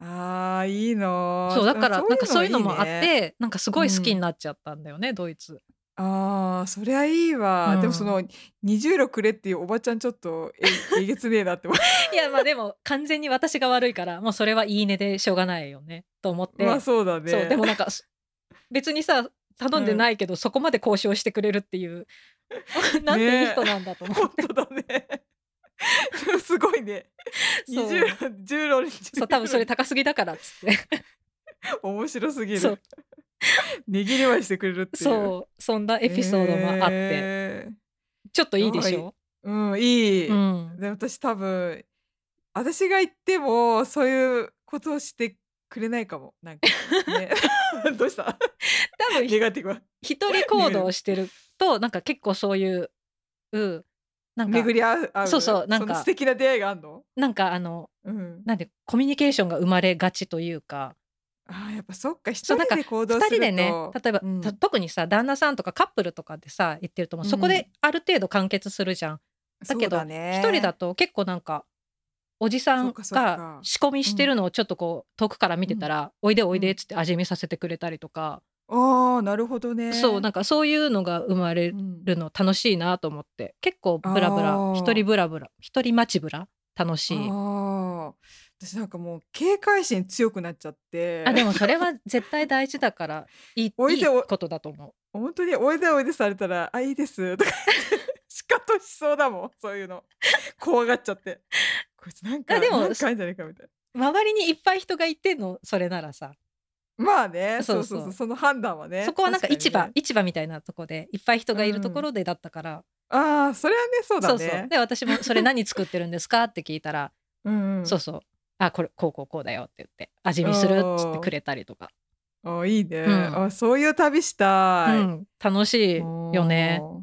[SPEAKER 1] あーいいの
[SPEAKER 2] そうだからなんかそういうのもあっ
[SPEAKER 1] いいね
[SPEAKER 2] てなんかすごい好きになっちゃったんだよね、ドイツ
[SPEAKER 1] あーそりゃいいわ、
[SPEAKER 2] うん
[SPEAKER 1] でもその20六くれっていうおばちゃんちょっとええげつねえなって思っ
[SPEAKER 2] いやまあでも完全に私が悪いからもうそれはいいねでしょうがないよねと思って、
[SPEAKER 1] てまあそうだね
[SPEAKER 2] *laughs* そうでもなんかそ別にさ頼んでないけど、そこまで交渉してくれるっていう *laughs* なんていい人なんだと
[SPEAKER 1] *laughs*
[SPEAKER 2] 思
[SPEAKER 1] 本
[SPEAKER 2] って、
[SPEAKER 1] 当だね *laughs* でもすごいね
[SPEAKER 2] そう
[SPEAKER 1] 20十六
[SPEAKER 2] そう多分それ高すぎだからっつって
[SPEAKER 1] 面白すぎ *laughs*
[SPEAKER 2] そ
[SPEAKER 1] る
[SPEAKER 2] う
[SPEAKER 1] 握りはしてくれるっていう
[SPEAKER 2] そうそんなエピソードもあって、
[SPEAKER 1] え
[SPEAKER 2] ちょっといいでしょ、
[SPEAKER 1] ーうんいい、
[SPEAKER 2] うん、
[SPEAKER 1] で私多分私が言ってもそういうことをしてくれないかもなんか、
[SPEAKER 2] *laughs*
[SPEAKER 1] ね、どうした
[SPEAKER 2] 多分
[SPEAKER 1] ネガティブは
[SPEAKER 2] 一人行動してるとなんか結構そういううんなんか
[SPEAKER 1] 巡り合う合
[SPEAKER 2] そうそうなんか
[SPEAKER 1] その素敵な出会いがあるの
[SPEAKER 2] なんかあの
[SPEAKER 1] うん
[SPEAKER 2] なんでコミュニケーションが生まれがちというか
[SPEAKER 1] あーやっぱそっか一
[SPEAKER 2] そうなん
[SPEAKER 1] 人
[SPEAKER 2] か
[SPEAKER 1] で行動する
[SPEAKER 2] 2
[SPEAKER 1] と
[SPEAKER 2] 人でね例えば、
[SPEAKER 1] うん
[SPEAKER 2] た特にさ旦那さんとかカップルとかでさ言ってるともうそこ
[SPEAKER 1] うん
[SPEAKER 2] である程度完結するじゃん。だけど
[SPEAKER 1] そうね
[SPEAKER 2] 一人だと結構なんかおじさ
[SPEAKER 1] そ
[SPEAKER 2] ん
[SPEAKER 1] っかそっ
[SPEAKER 2] が
[SPEAKER 1] か
[SPEAKER 2] 仕込みしてるのをちょっとこう遠くから見てたら「おいでおいで」っつって味見させてくれたりとか、
[SPEAKER 1] ああなるほどね
[SPEAKER 2] そうなんかそういうのが生まれ
[SPEAKER 1] うん
[SPEAKER 2] るの楽しいなと思って結構ブラブ
[SPEAKER 1] あ
[SPEAKER 2] ラ
[SPEAKER 1] ー
[SPEAKER 2] 一人ブラブラ一人待ちぶら楽しい
[SPEAKER 1] あー私なんかもう警戒心強くなっちゃって
[SPEAKER 2] あでもそれは絶対大事だから
[SPEAKER 1] *laughs*
[SPEAKER 2] いい
[SPEAKER 1] おい
[SPEAKER 2] いい
[SPEAKER 1] でお
[SPEAKER 2] ことだと思う
[SPEAKER 1] 本当においでおいでされたら「あいいです」とか言ってしかとしそうだもんそういうの怖がっちゃってこいつなん
[SPEAKER 2] あ
[SPEAKER 1] か
[SPEAKER 2] でも
[SPEAKER 1] なんかあるんじゃないかみたい
[SPEAKER 2] 周りにいっぱい人がいてのそれならさ
[SPEAKER 1] なまあね
[SPEAKER 2] そ
[SPEAKER 1] そうう
[SPEAKER 2] そ
[SPEAKER 1] そううそうその判断はね
[SPEAKER 2] そこはなんか
[SPEAKER 1] 確
[SPEAKER 2] 市
[SPEAKER 1] にね
[SPEAKER 2] 場、市場みたいなとこでいっぱい人がいるところでだったから、
[SPEAKER 1] ああそれはねそうだ
[SPEAKER 2] そ
[SPEAKER 1] ね
[SPEAKER 2] うそうで私も「それ何作ってるんですか?」って聞いたら
[SPEAKER 1] うん
[SPEAKER 2] 「
[SPEAKER 1] ん
[SPEAKER 2] そうそうあこれこうこうこうだよ」って言って「味見する」っつってくれたりとか、
[SPEAKER 1] あいいね、
[SPEAKER 2] うん
[SPEAKER 1] あそういう旅したい、
[SPEAKER 2] うん、楽しいよね
[SPEAKER 1] おー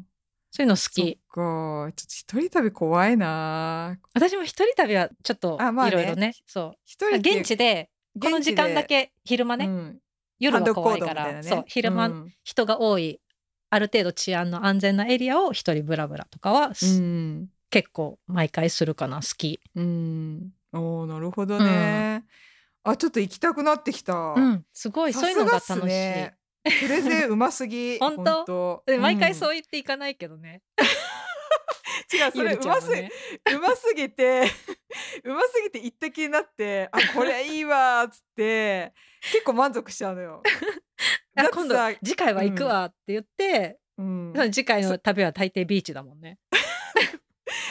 [SPEAKER 2] そういうの好
[SPEAKER 1] そっ
[SPEAKER 2] き
[SPEAKER 1] かちょっと一人旅怖いな
[SPEAKER 2] 私も一人旅はちょっと
[SPEAKER 1] あまあ
[SPEAKER 2] い
[SPEAKER 1] ね
[SPEAKER 2] ろいろねそう
[SPEAKER 1] 一人っていう
[SPEAKER 2] 現地でこの時間だ、け昼間
[SPEAKER 1] 現地で
[SPEAKER 2] ね、
[SPEAKER 1] うん
[SPEAKER 2] 夜
[SPEAKER 1] 単
[SPEAKER 2] は
[SPEAKER 1] 独
[SPEAKER 2] 怖い
[SPEAKER 1] 行動
[SPEAKER 2] か
[SPEAKER 1] み
[SPEAKER 2] ら
[SPEAKER 1] たいなね
[SPEAKER 2] そう昼間、
[SPEAKER 1] うん
[SPEAKER 2] 人が多いある程度治安の安全なエリアを一人ブラブラとかはす、
[SPEAKER 1] うん
[SPEAKER 2] 結構毎回するかな好き、
[SPEAKER 1] うん。おお、なるほどね。あ、ちょっと行きたくなってきた。
[SPEAKER 2] うん、すごい
[SPEAKER 1] さ
[SPEAKER 2] そうい
[SPEAKER 1] す
[SPEAKER 2] うのが
[SPEAKER 1] がっ
[SPEAKER 2] 楽しい
[SPEAKER 1] す、ね。プレゼンうますぎ。
[SPEAKER 2] *laughs* 本当で毎回そうう言っていかないけどね、
[SPEAKER 1] ん。違う、そ
[SPEAKER 2] ゆ
[SPEAKER 1] れ
[SPEAKER 2] り
[SPEAKER 1] う
[SPEAKER 2] ちゃん
[SPEAKER 1] ま
[SPEAKER 2] は
[SPEAKER 1] すぎ
[SPEAKER 2] ね、
[SPEAKER 1] うますぎて。 *laughs* うますぎて行った気になって、あ、これいいわーっつって。結構満足しちゃうのよ。
[SPEAKER 2] *laughs*
[SPEAKER 1] だ
[SPEAKER 2] あ
[SPEAKER 1] って
[SPEAKER 2] 今度
[SPEAKER 1] さ
[SPEAKER 2] 次回は行くわって言って、
[SPEAKER 1] うん。
[SPEAKER 2] その次回の旅は大抵ビーチだもんね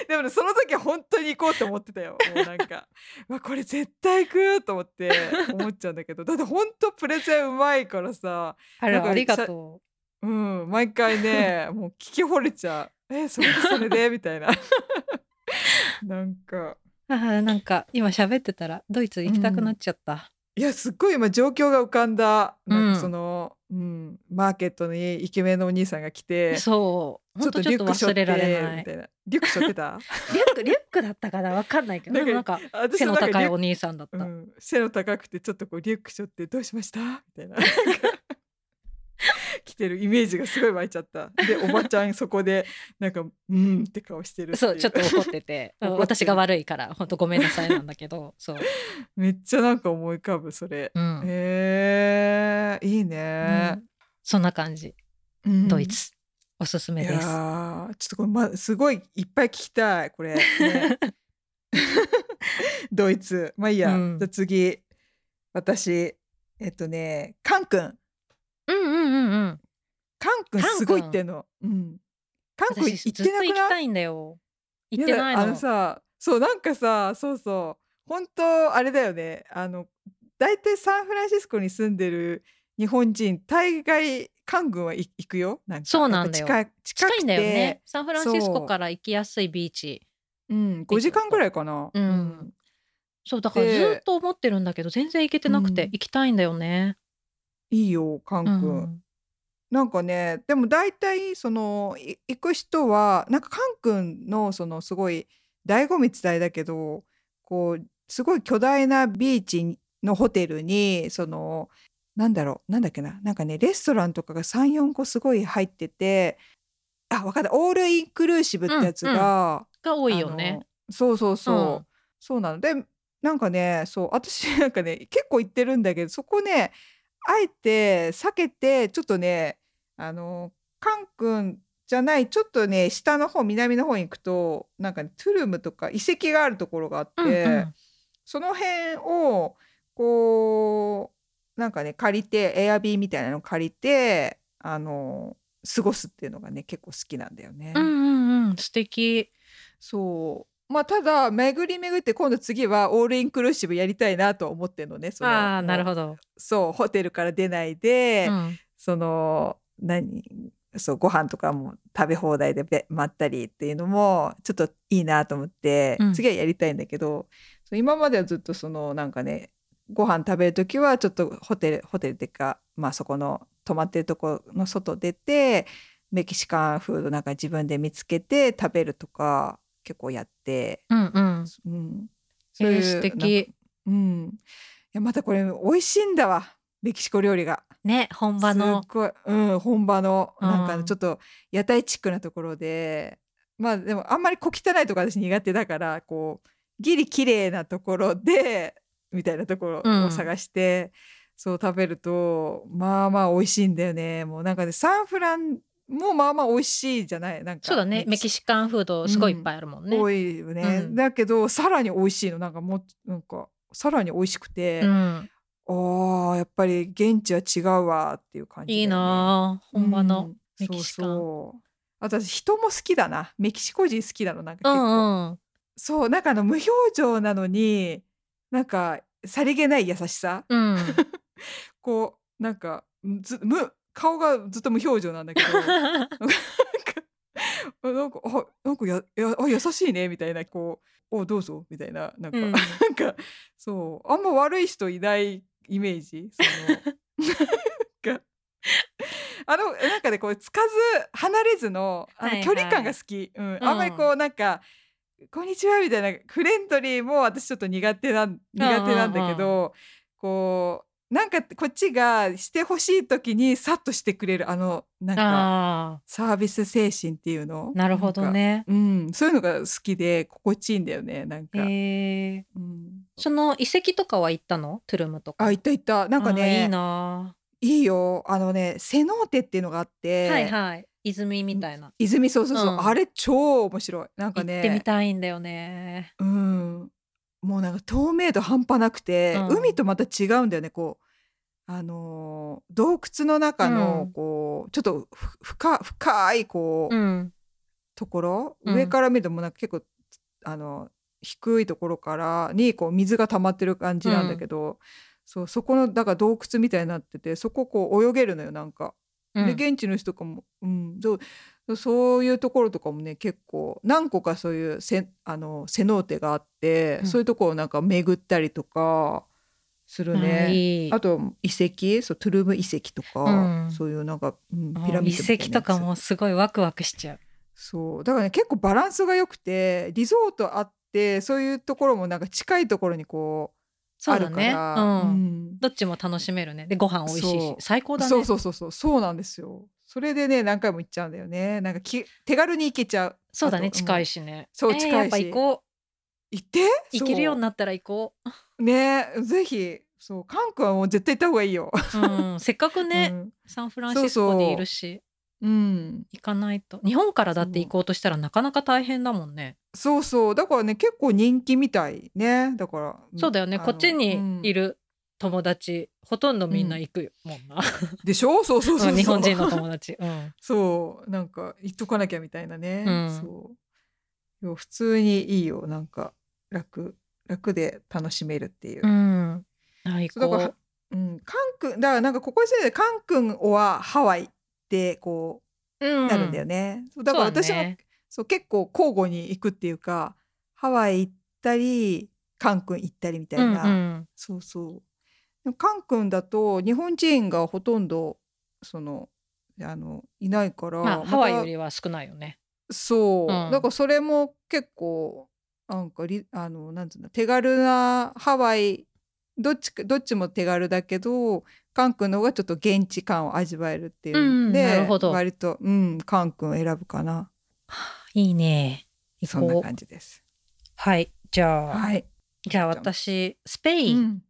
[SPEAKER 1] でもねその時は本当に行こうと思ってたよ。もうなんか、 *laughs* うわ、これ絶対行くと思って思っちゃうんだけど、だって本当プレゼンうまいからさ。
[SPEAKER 2] あれ
[SPEAKER 1] なんか
[SPEAKER 2] ありがと
[SPEAKER 1] うん、毎回
[SPEAKER 2] *laughs*
[SPEAKER 1] ね、もう聞き惚れちゃう。え、それでそれでみたいな。 *laughs* なんか、
[SPEAKER 2] うあーなんか今喋ってたらドイツ行きたくなっちゃった、
[SPEAKER 1] いや、すっごい今状況が浮かんだ。なん
[SPEAKER 2] うん
[SPEAKER 1] かその、うん、マーケットにイケメンのお兄さんが来て、
[SPEAKER 2] そ
[SPEAKER 1] ちょっと
[SPEAKER 2] 本当ちょ
[SPEAKER 1] リュ
[SPEAKER 2] っと
[SPEAKER 1] ックしょっ
[SPEAKER 2] 忘
[SPEAKER 1] て
[SPEAKER 2] れられない
[SPEAKER 1] みたいなリュックしょって
[SPEAKER 2] *laughs*
[SPEAKER 1] た
[SPEAKER 2] リュックリュックだったかなわかんないけど
[SPEAKER 1] な
[SPEAKER 2] で
[SPEAKER 1] んか
[SPEAKER 2] もなんか
[SPEAKER 1] 私
[SPEAKER 2] 背の
[SPEAKER 1] なんか
[SPEAKER 2] 高
[SPEAKER 1] リ
[SPEAKER 2] い
[SPEAKER 1] ュッ
[SPEAKER 2] お兄さんだっ
[SPEAKER 1] う
[SPEAKER 2] た、
[SPEAKER 1] ん、背の高くてちょっとこうリュックショってどうしましたみた
[SPEAKER 2] *laughs*
[SPEAKER 1] いな来てるイメージがすごい湧いちゃったでおばちゃんそこでなんか「うん」って顔してるってい
[SPEAKER 2] そうちょっと怒っ
[SPEAKER 1] *laughs*
[SPEAKER 2] てて
[SPEAKER 1] 怒ってる
[SPEAKER 2] 私が悪いから本当ごめんなさいなんだけどそう、
[SPEAKER 1] めっちゃなんか思い浮かぶそれ、
[SPEAKER 2] うん
[SPEAKER 1] へえいいうね、
[SPEAKER 2] んそんな感じ
[SPEAKER 1] うん
[SPEAKER 2] ドイツ、おすす
[SPEAKER 1] い
[SPEAKER 2] め
[SPEAKER 1] や
[SPEAKER 2] です
[SPEAKER 1] ーちょっとこれ、ま、すごいいっぱい聞きたいこ
[SPEAKER 2] *laughs*
[SPEAKER 1] れ、ねドイツまあいいや、
[SPEAKER 2] うん
[SPEAKER 1] じゃあ次私えっとねカン君
[SPEAKER 2] うんうんうんうん
[SPEAKER 1] カン君
[SPEAKER 2] カン君
[SPEAKER 1] すごい行ってんの。うん。カン君行
[SPEAKER 2] 私
[SPEAKER 1] っ
[SPEAKER 2] ず
[SPEAKER 1] て
[SPEAKER 2] っと
[SPEAKER 1] な
[SPEAKER 2] 行き
[SPEAKER 1] くな
[SPEAKER 2] た
[SPEAKER 1] い。
[SPEAKER 2] いんだよ行ってない
[SPEAKER 1] やだあ
[SPEAKER 2] の
[SPEAKER 1] のさ、そうなんかさ、そうそう。本当あれだよね。あの大体サンフランシスコに住んでる日本人、大概カン君は行行くよ。なんか
[SPEAKER 2] そうなんだよ
[SPEAKER 1] やっぱ近
[SPEAKER 2] 近
[SPEAKER 1] 近くて
[SPEAKER 2] いんだよね。サンフランシス
[SPEAKER 1] そ
[SPEAKER 2] コ
[SPEAKER 1] う
[SPEAKER 2] から行きやすいビーチ
[SPEAKER 1] うん、5時間ぐらいかな。
[SPEAKER 2] うんそうだから
[SPEAKER 1] で
[SPEAKER 2] ずっと思ってるんだけど全然行けてなくて、
[SPEAKER 1] うん
[SPEAKER 2] 行きたいんだよね。
[SPEAKER 1] いいよカン
[SPEAKER 2] う
[SPEAKER 1] 君、
[SPEAKER 2] ん、
[SPEAKER 1] なんかねでも大体そのい行く人はなんかカン君のそのすごい醍醐味伝えだけどこうすごい巨大なビーチのホテルにそのなんだろうなんだっけななんかねレストランとかが34個すごい入っててあ分かったオールインクルーシブってやつが、
[SPEAKER 2] が多いよね。
[SPEAKER 1] あのそうそうそう、
[SPEAKER 2] うん
[SPEAKER 1] そうなのでなんかねそう私 *laughs* なんかね結構行ってるんだけどそこねあえて避けてちょっとねあのカン君じゃないちょっとね下の方南の方に行くとなんかね、トゥルムとか遺跡があるところがあって、
[SPEAKER 2] うんうん
[SPEAKER 1] その辺をこうなんかね借りて Airb みたいなの借りてあの過ごすっていうのがね結構好きなんだよね。
[SPEAKER 2] うんうんうん素敵。
[SPEAKER 1] そうまあただ巡り巡って今度次はオールインクルーシブやりたいなと思ってるのねその
[SPEAKER 2] ああなる
[SPEAKER 1] ど
[SPEAKER 2] ほど。
[SPEAKER 1] そうホテルから出ないで、
[SPEAKER 2] うん
[SPEAKER 1] その何そうご飯とかも食べ放題でべまったりっていうのもちょっといいなと思って、
[SPEAKER 2] うん
[SPEAKER 1] 次はやりたいんだけどそう今まではずっとそのなんかねご飯食べる時はちょっとホテルホテルっていうか、まあ、そこの泊まってるとこの外出てメキシカンフードなんか自分で見つけて食べるとか結構やって、
[SPEAKER 2] うんうん。
[SPEAKER 1] うん、
[SPEAKER 2] え
[SPEAKER 1] そういう
[SPEAKER 2] ー、素
[SPEAKER 1] なんか
[SPEAKER 2] 敵。
[SPEAKER 1] うん、いやまたこれ美味しいんだわメキシコ料理が。
[SPEAKER 2] ね本場の
[SPEAKER 1] すっごい、うん、本場の
[SPEAKER 2] うん
[SPEAKER 1] なんかちょっと屋台チックなところで、まあでもあんまり小汚いとか私苦手だからこうギリ綺麗なところでみたいなとこ
[SPEAKER 2] う
[SPEAKER 1] ろ
[SPEAKER 2] ん
[SPEAKER 1] を探して、そう食べるとまあまあ美味しいんだよねもうなんかねサンフランもまあまあ美味しいじゃないなんか
[SPEAKER 2] そうだねメキ
[SPEAKER 1] シ
[SPEAKER 2] シカンフードすごいいっぱいあるもんね。
[SPEAKER 1] 多いよね、
[SPEAKER 2] うん
[SPEAKER 1] だけどさらに美味しいのなんかもうなんかさらに美味しくて、
[SPEAKER 2] うん、
[SPEAKER 1] ああやっぱり現地は違うわっていう感じだよね、
[SPEAKER 2] いいなあ本場
[SPEAKER 1] う
[SPEAKER 2] の。
[SPEAKER 1] ん
[SPEAKER 2] メキシカン
[SPEAKER 1] そうそうあと私人も好きだなメキシコ人好きなのなん
[SPEAKER 2] う
[SPEAKER 1] か結構、
[SPEAKER 2] んうん
[SPEAKER 1] そうなんかあの無表情なのになんかさりげない優しさ
[SPEAKER 2] うん。
[SPEAKER 1] こうなんかず無顔がずっと無表情なんだ
[SPEAKER 2] *laughs*
[SPEAKER 1] けどなんかあなんかややあ優しいねみたいなこう「おどうぞ」みたいななんか、
[SPEAKER 2] う
[SPEAKER 1] なん
[SPEAKER 2] ん
[SPEAKER 1] かそうあんま悪い人いないイメージそ
[SPEAKER 2] *laughs*
[SPEAKER 1] のなんか *laughs* あのなんかねこうつかず離れずのあ
[SPEAKER 2] はいは
[SPEAKER 1] の
[SPEAKER 2] い
[SPEAKER 1] 距離感が好き、
[SPEAKER 2] ん
[SPEAKER 1] うん、あんまりこうなんか「こんにちは」みたいなフレンドリーも私ちょっと苦手なん苦手なんだけど、こうなんかこっちがしてほしい時にさっとしてくれるあのなんか
[SPEAKER 2] ああ
[SPEAKER 1] サービス精神っていうの
[SPEAKER 2] なるほど。
[SPEAKER 1] なんか
[SPEAKER 2] ね。
[SPEAKER 1] うん、そういうのが好きで心地いいんだよねなん
[SPEAKER 2] え
[SPEAKER 1] か、
[SPEAKER 2] ー、
[SPEAKER 1] うん、
[SPEAKER 2] その遺跡とかは行ったのトゥルムとか。
[SPEAKER 1] あいったいったなんか
[SPEAKER 2] あーいい
[SPEAKER 1] ね
[SPEAKER 2] ない
[SPEAKER 1] いよあのねセノーテっていうのがあって、
[SPEAKER 2] ー、はいはい泉みたいな、
[SPEAKER 1] 泉そうそうそう、
[SPEAKER 2] うん
[SPEAKER 1] あれ超面白いなんか
[SPEAKER 2] 行ってみ
[SPEAKER 1] ね
[SPEAKER 2] たいんだよね
[SPEAKER 1] うんもうなんか透明度半端なくて、
[SPEAKER 2] うん
[SPEAKER 1] 海とまた違うんだよねこうあのー洞窟の中
[SPEAKER 2] う
[SPEAKER 1] の
[SPEAKER 2] ん
[SPEAKER 1] こう、ちょっとふ深深いこう、
[SPEAKER 2] うん
[SPEAKER 1] ところ、
[SPEAKER 2] うん
[SPEAKER 1] 上から見てもなんか結構あの低いところからにこう水が溜まってる感じなんだけど、そうそこのだから洞窟みたいになっててそここう泳げるのよなんか。
[SPEAKER 2] うん
[SPEAKER 1] で現地の人とかも、うん、そうそういうところとかもね結構何個かそういうせあのセノーテがあって、
[SPEAKER 2] うん
[SPEAKER 1] そういうところをなんか巡ったりとかする
[SPEAKER 2] あ
[SPEAKER 1] ね。
[SPEAKER 2] いい
[SPEAKER 1] あと遺跡そうトゥルーム遺跡とか、
[SPEAKER 2] うん
[SPEAKER 1] そういうなんか、うん、
[SPEAKER 2] もう
[SPEAKER 1] ピラミッドみたいなやつ
[SPEAKER 2] 遺跡とかもすごいワクワクしちゃう
[SPEAKER 1] そうだからね結構バランスが良くてリゾートあってそういうところもなんか近いところにこう
[SPEAKER 2] そ
[SPEAKER 1] あ
[SPEAKER 2] うだ
[SPEAKER 1] るか
[SPEAKER 2] ね。う
[SPEAKER 1] ら
[SPEAKER 2] ん。
[SPEAKER 1] うん
[SPEAKER 2] どっちも楽しめるね。で、ご飯美味しい
[SPEAKER 1] そ
[SPEAKER 2] し
[SPEAKER 1] う、
[SPEAKER 2] 最高だね。
[SPEAKER 1] そうそうそうそうそうなんですよそれでね何回も行っちゃうんだよねなんかき手軽に行けちゃう
[SPEAKER 2] そうだね、
[SPEAKER 1] あとん
[SPEAKER 2] 近いしね。
[SPEAKER 1] そう
[SPEAKER 2] えー
[SPEAKER 1] 近いし
[SPEAKER 2] やっぱ行こ
[SPEAKER 1] 行って
[SPEAKER 2] う。行けるように
[SPEAKER 1] な
[SPEAKER 2] なったら行こ
[SPEAKER 1] ねぜひそう韓国はもう絶対行った方がいいよ
[SPEAKER 2] う。
[SPEAKER 1] *laughs*
[SPEAKER 2] うん、せっかく *laughs* ね、
[SPEAKER 1] うん
[SPEAKER 2] サンフランシスコにいるし、
[SPEAKER 1] うん
[SPEAKER 2] 行かないと。日本からだって行こうとしたらなかなか大変だもんね。
[SPEAKER 1] そうそうだからね結構人気みたいねだから
[SPEAKER 2] そうだよね、
[SPEAKER 1] あの
[SPEAKER 2] こっちにい
[SPEAKER 1] うん
[SPEAKER 2] る友達、ほとんどみんな行くよ、もんな。
[SPEAKER 1] でしょそうそうそうそう、
[SPEAKER 2] *laughs* 日本人の友達。うん。
[SPEAKER 1] *laughs* そうなんか言っとかなきゃみたいなね、
[SPEAKER 2] うん
[SPEAKER 1] そういや普通にいいよなんか楽楽で楽しめるっていう、
[SPEAKER 2] うん。あ行
[SPEAKER 1] そうだ
[SPEAKER 2] こ
[SPEAKER 1] から
[SPEAKER 2] う。
[SPEAKER 1] うんカン君だからなんかここに住んでるカン君はハワイってこ
[SPEAKER 2] う
[SPEAKER 1] うなるんだよ
[SPEAKER 2] ね。
[SPEAKER 1] ね、そうだから
[SPEAKER 2] そうだ
[SPEAKER 1] 私もそう、
[SPEAKER 2] ね
[SPEAKER 1] 結構交互に行くっていうかハワイ行ったりカン君行ったりみたい
[SPEAKER 2] うん
[SPEAKER 1] な、
[SPEAKER 2] うん。
[SPEAKER 1] そうそう。でもカン君だと日本人がほとんどそのあのいないから、
[SPEAKER 2] まあ、
[SPEAKER 1] た
[SPEAKER 2] ハワイよりは少ないよね。
[SPEAKER 1] そう、
[SPEAKER 2] うん
[SPEAKER 1] だからそれも結構なんかリあのなんつうんだ手軽なハワイどっちかどっちも手軽だけどカン君の方がちょっと現地感を味わえるっていうので、
[SPEAKER 2] うんなるほど
[SPEAKER 1] 割とうんカン君選ぶかない
[SPEAKER 2] いね。
[SPEAKER 1] そ
[SPEAKER 2] 行
[SPEAKER 1] んな
[SPEAKER 2] こう。
[SPEAKER 1] 感じです。
[SPEAKER 2] はい。じゃあ、
[SPEAKER 1] はい。
[SPEAKER 2] じゃあ私、スペ
[SPEAKER 1] う
[SPEAKER 2] イン。
[SPEAKER 1] ん、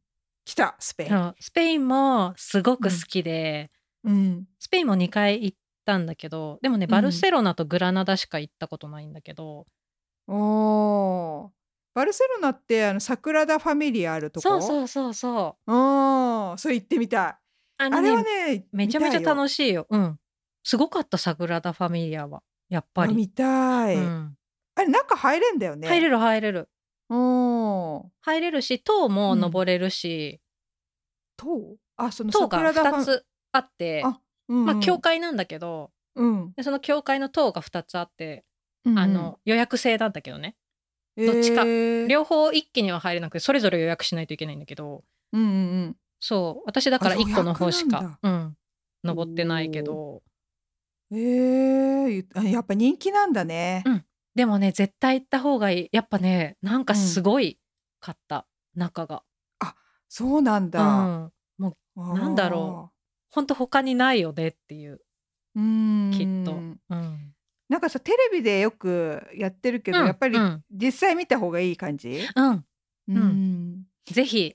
[SPEAKER 1] 来たスペイ
[SPEAKER 2] う
[SPEAKER 1] ン。
[SPEAKER 2] んスペインもすごく好きで、
[SPEAKER 1] うん。
[SPEAKER 2] スペインも2回行ったんだけど、でもね、
[SPEAKER 1] うん
[SPEAKER 2] バルセロナとグラナダしか行ったことないんだけど、
[SPEAKER 1] おーバルセロナってあのサグラダ・ファミリアあるとこ
[SPEAKER 2] そう
[SPEAKER 1] う
[SPEAKER 2] そうそうそう。
[SPEAKER 1] うんそれ行ってみたい
[SPEAKER 2] あ
[SPEAKER 1] あ
[SPEAKER 2] の
[SPEAKER 1] れは
[SPEAKER 2] ね、
[SPEAKER 1] ね
[SPEAKER 2] めちゃめちゃ
[SPEAKER 1] しい
[SPEAKER 2] 楽しいよ。うん。すごかった、サグラダ・ファミリアは。やっぱ
[SPEAKER 1] あ
[SPEAKER 2] り。
[SPEAKER 1] 見たい、
[SPEAKER 2] うん
[SPEAKER 1] あれ中入れんだよね
[SPEAKER 2] 入れ
[SPEAKER 1] る
[SPEAKER 2] る入れる。
[SPEAKER 1] おー
[SPEAKER 2] 入れるし、塔も
[SPEAKER 1] うん
[SPEAKER 2] 登れるし、
[SPEAKER 1] 塔あその
[SPEAKER 2] 塔
[SPEAKER 1] サグラ
[SPEAKER 2] が
[SPEAKER 1] ダファ
[SPEAKER 2] 2つあって、
[SPEAKER 1] あうんうん
[SPEAKER 2] まあ、教会なんだけど、
[SPEAKER 1] うん
[SPEAKER 2] でその教会の塔が2つあって、
[SPEAKER 1] うん
[SPEAKER 2] あの予約制なんだけどね
[SPEAKER 1] うん
[SPEAKER 2] どっちか
[SPEAKER 1] えー
[SPEAKER 2] 両方一気には入れなくてそれぞれ予約しないといけないんだけど
[SPEAKER 1] うんうん
[SPEAKER 2] そう私だから
[SPEAKER 1] あ
[SPEAKER 2] 1個の方し
[SPEAKER 1] 予約
[SPEAKER 2] かうん登ってないけど
[SPEAKER 1] うんえーゆあやっぱ人気なんだね
[SPEAKER 2] うんでもね絶対行った方がいいやっぱねなんかすごいかった、中が、
[SPEAKER 1] そうなん
[SPEAKER 2] う
[SPEAKER 1] だ、
[SPEAKER 2] ん、な
[SPEAKER 1] なん
[SPEAKER 2] だろほんと他にないよねっていう、
[SPEAKER 1] ううん
[SPEAKER 2] きっとうん、
[SPEAKER 1] なんかさテレビでよくやってるけど、
[SPEAKER 2] うん
[SPEAKER 1] やっぱり
[SPEAKER 2] うん、
[SPEAKER 1] 実際見た方がいい感じ
[SPEAKER 2] うん
[SPEAKER 1] うん、
[SPEAKER 2] ぜひ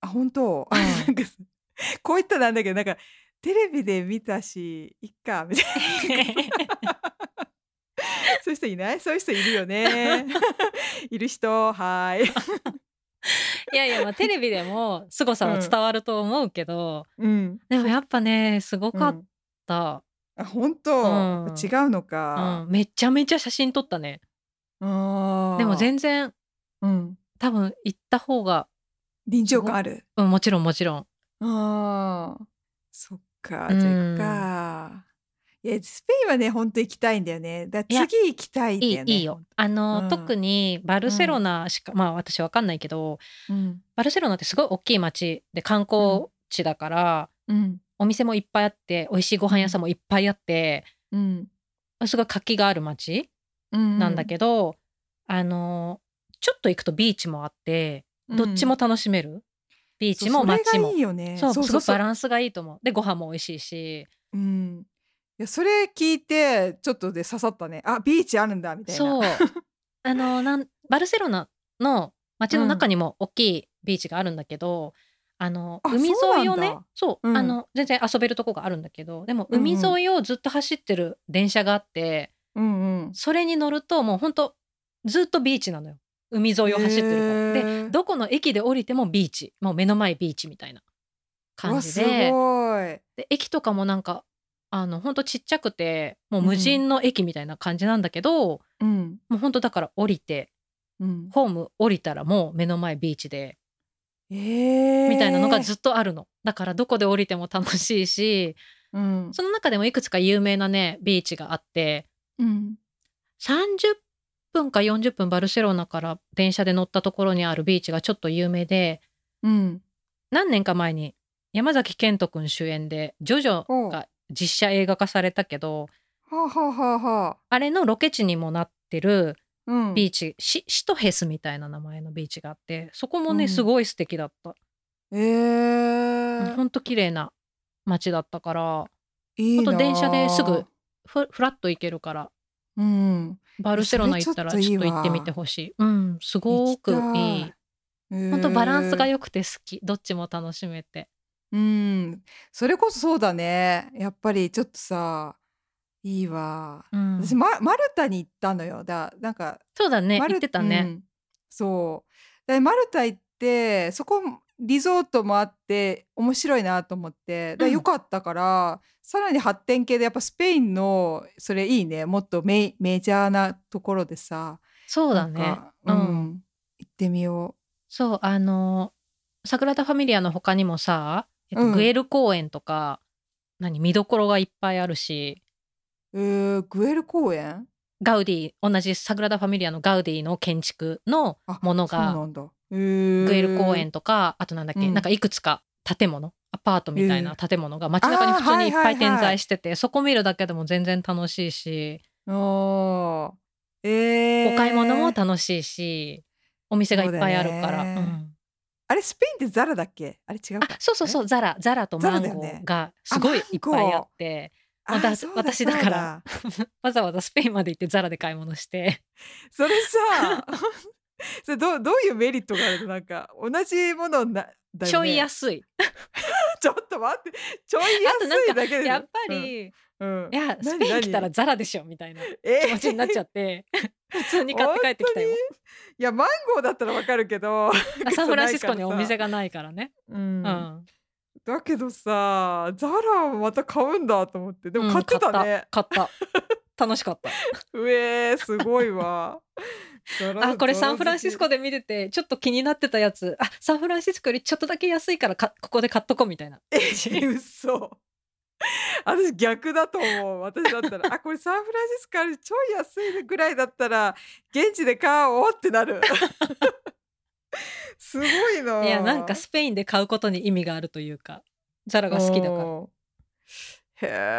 [SPEAKER 1] あ本当、
[SPEAKER 2] うん
[SPEAKER 1] *laughs* なんかこう言ったらなんだけどなんかテレビで見たしいっかみたいな *laughs* そういう人いないそういう人いるよね *laughs* いる人はーい、
[SPEAKER 2] いやいや、まあ、テレビでも凄さは伝わると思うけど、
[SPEAKER 1] うん、
[SPEAKER 2] でもやっぱねすごか
[SPEAKER 1] う
[SPEAKER 2] っ
[SPEAKER 1] ん
[SPEAKER 2] た、
[SPEAKER 1] あ本当、
[SPEAKER 2] うん
[SPEAKER 1] やっぱ違うの
[SPEAKER 2] うん
[SPEAKER 1] か、
[SPEAKER 2] めちゃめちゃ写真撮ったね
[SPEAKER 1] あー
[SPEAKER 2] でも全然
[SPEAKER 1] うん
[SPEAKER 2] 多分行った方が、
[SPEAKER 1] 臨場感ある
[SPEAKER 2] うん、もちろんもちろん
[SPEAKER 1] あーそっか
[SPEAKER 2] うん
[SPEAKER 1] じゃあ行くか、いやスペインはね本当行きたいんだよねだから次行きたいんだ
[SPEAKER 2] いい,、
[SPEAKER 1] よね
[SPEAKER 2] いいよ、あの、
[SPEAKER 1] うん
[SPEAKER 2] 特にバルセロナしか、まあ私わかんないけど
[SPEAKER 1] うん
[SPEAKER 2] バルセロナってすごい大きい街で観光地だから、
[SPEAKER 1] うん
[SPEAKER 2] お店もいっぱいあって美味しいご飯屋さんもいっぱいあって
[SPEAKER 1] うん、
[SPEAKER 2] すごい活気がある街
[SPEAKER 1] な
[SPEAKER 2] なんだけど、あのちょっと行くとビーチもあってどっちも楽しめる、ビーチも
[SPEAKER 1] そうそ
[SPEAKER 2] 街
[SPEAKER 1] れ
[SPEAKER 2] も
[SPEAKER 1] がいいよね
[SPEAKER 2] そう
[SPEAKER 1] そう
[SPEAKER 2] す
[SPEAKER 1] そう
[SPEAKER 2] ごい
[SPEAKER 1] そう
[SPEAKER 2] バランスがいいと思うでご飯も美味しいし
[SPEAKER 1] うんいやそれ聞いてちょっとで刺さったねあビーチあるんだみたいな
[SPEAKER 2] そう
[SPEAKER 1] *laughs*
[SPEAKER 2] あのなんバルセロナの街の中にも大きいビーチがあるんだけど、あの
[SPEAKER 1] あ
[SPEAKER 2] 海沿い
[SPEAKER 1] そうな
[SPEAKER 2] を
[SPEAKER 1] ん
[SPEAKER 2] ね
[SPEAKER 1] だ
[SPEAKER 2] そう、
[SPEAKER 1] うん
[SPEAKER 2] あの全然遊べるとこがあるんだけどでも
[SPEAKER 1] うん
[SPEAKER 2] 海沿いをずっと走ってる電車があって、
[SPEAKER 1] うんうん
[SPEAKER 2] それに乗るともうほんとずっとビーチなのよ海沿いを走ってるから。
[SPEAKER 1] へ
[SPEAKER 2] で
[SPEAKER 1] ー
[SPEAKER 2] どこの駅で降りてもビーチもう目の前ビーチみたいな感じで。
[SPEAKER 1] うわす
[SPEAKER 2] で駅とかもなんかあのほんとちっちゃくてもう無人の駅みたいな感じなんだけど、
[SPEAKER 1] ごいうん
[SPEAKER 2] もうほんとだから降りて
[SPEAKER 1] うん
[SPEAKER 2] ホーム降りたらもう目の前ビーチで
[SPEAKER 1] えー、
[SPEAKER 2] みたいなのがず
[SPEAKER 1] っ
[SPEAKER 2] っとあるの、だからどこで降りても楽しいし
[SPEAKER 1] うん
[SPEAKER 2] その中でもいくつか有名なねビーチがあって
[SPEAKER 1] うん
[SPEAKER 2] 30分か40分バルセロナから電車で乗ったところにあるビーチがちょっと有名で
[SPEAKER 1] うん
[SPEAKER 2] 何年か前に山崎賢人君主演で「ジョジョ」が実写映画化されたけど
[SPEAKER 1] はあ、はあはあはあ
[SPEAKER 2] あれのロケ地にもなってる
[SPEAKER 1] うん、
[SPEAKER 2] ビーチ、シシトヘスみたいな名前のビーチがあってそこもね、
[SPEAKER 1] うん
[SPEAKER 2] すごい素敵だった、
[SPEAKER 1] え
[SPEAKER 2] うん、
[SPEAKER 1] ー
[SPEAKER 2] ほんと綺麗な街だったから
[SPEAKER 1] いいな
[SPEAKER 2] あと電車ですぐ、ふふらっと行けるから
[SPEAKER 1] うん、
[SPEAKER 2] バルセロナ行ったら
[SPEAKER 1] それ
[SPEAKER 2] ち
[SPEAKER 1] ち
[SPEAKER 2] ょ
[SPEAKER 1] ょ
[SPEAKER 2] っ
[SPEAKER 1] っとい
[SPEAKER 2] と
[SPEAKER 1] いわ
[SPEAKER 2] 行ってみてほしいうんすごくいい本当バランスが
[SPEAKER 1] よ、
[SPEAKER 2] 良くて好きどっちも楽しめて
[SPEAKER 1] うん、それこそそうだねやっぱりちょっとさいいわ、
[SPEAKER 2] うん
[SPEAKER 1] 私、ま、マルタに行ったのよだなんか
[SPEAKER 2] そうだね
[SPEAKER 1] マル
[SPEAKER 2] 行ってたね、
[SPEAKER 1] うんそうでマルタ行ってそこリゾートもあって面白いなと思ってだ
[SPEAKER 2] うん
[SPEAKER 1] よかったから、さらに発展系でやっぱスペインのそれいいねもっとメイメジャーなところでさ
[SPEAKER 2] そうだ
[SPEAKER 1] な
[SPEAKER 2] ね
[SPEAKER 1] んかうん
[SPEAKER 2] う
[SPEAKER 1] 行ってみよ
[SPEAKER 2] そうあのサグラダ・ファミリアの他にもさ、えっと
[SPEAKER 1] うん
[SPEAKER 2] グエル公園とか何見どころがいっぱいあるし
[SPEAKER 1] う、えーグエル公園
[SPEAKER 2] ガウディ同じサグラダ・ファミリアのガウディの建築の
[SPEAKER 1] あ
[SPEAKER 2] もの
[SPEAKER 1] そう
[SPEAKER 2] が
[SPEAKER 1] なんだグ
[SPEAKER 2] グエル公園とかあとなんだっけ、
[SPEAKER 1] うん
[SPEAKER 2] なんかいくつか建物アパートみたいな建物が街中に
[SPEAKER 1] あー
[SPEAKER 2] 普通にい
[SPEAKER 1] はい
[SPEAKER 2] っぱ
[SPEAKER 1] いはいはい
[SPEAKER 2] 点在してて、そこ見るだけでも全然楽しいし、
[SPEAKER 1] おーえー
[SPEAKER 2] お買い物も楽しいしお店がいっぱいあるから。
[SPEAKER 1] そうだね
[SPEAKER 2] うん
[SPEAKER 1] あれスペインってザラだっけあれ違うか
[SPEAKER 2] あそうそうそうザラザラとマン
[SPEAKER 1] ザラ
[SPEAKER 2] ゴ
[SPEAKER 1] だよね
[SPEAKER 2] ーがすごい
[SPEAKER 1] あマンゴー
[SPEAKER 2] いっぱいあって
[SPEAKER 1] あ
[SPEAKER 2] だ
[SPEAKER 1] そう
[SPEAKER 2] 私だからわざわざスペインまで行ってザラで買い物して
[SPEAKER 1] そうだそれさ *laughs* それどうどういうメリットがあるのなんか同じものなだよね
[SPEAKER 2] ちょい安い
[SPEAKER 1] *laughs* ちょっと待ってちょい
[SPEAKER 2] あとなん
[SPEAKER 1] 安
[SPEAKER 2] か
[SPEAKER 1] いだけで
[SPEAKER 2] やっぱ、り、
[SPEAKER 1] うんうん
[SPEAKER 2] いやス
[SPEAKER 1] 何
[SPEAKER 2] ペイン来たら
[SPEAKER 1] 何
[SPEAKER 2] ザラでしょみたいな気
[SPEAKER 1] え
[SPEAKER 2] 持ちになっちゃ
[SPEAKER 1] っ
[SPEAKER 2] って普通に買って帰って
[SPEAKER 1] *laughs*
[SPEAKER 2] きたよ
[SPEAKER 1] いやマンゴーだったらわかるけど、
[SPEAKER 2] あサンフランシスコにお店がないからね、
[SPEAKER 1] うん
[SPEAKER 2] うん、
[SPEAKER 1] だけどさザラをまた買うんだと思ってで
[SPEAKER 2] う
[SPEAKER 1] も
[SPEAKER 2] ん
[SPEAKER 1] 買ってたね、
[SPEAKER 2] 買った買 *laughs* った楽しかった
[SPEAKER 1] うえーすごいわザラ
[SPEAKER 2] あこれ
[SPEAKER 1] ザラ
[SPEAKER 2] サンフランシスコ
[SPEAKER 1] 好き
[SPEAKER 2] で見ててちょっと気になってたやつあサンフランシスコよりちょっとだけ安いからかここで買っとこうみたいな
[SPEAKER 1] え嘘私逆だと思う私だったらあこれサンフランシスコあるちょい安いぐらいだったら現地で買おうってなる *laughs* すごいないい
[SPEAKER 2] やなんかスペインで買うことに意味があるというかザラが好きだから、
[SPEAKER 1] らへ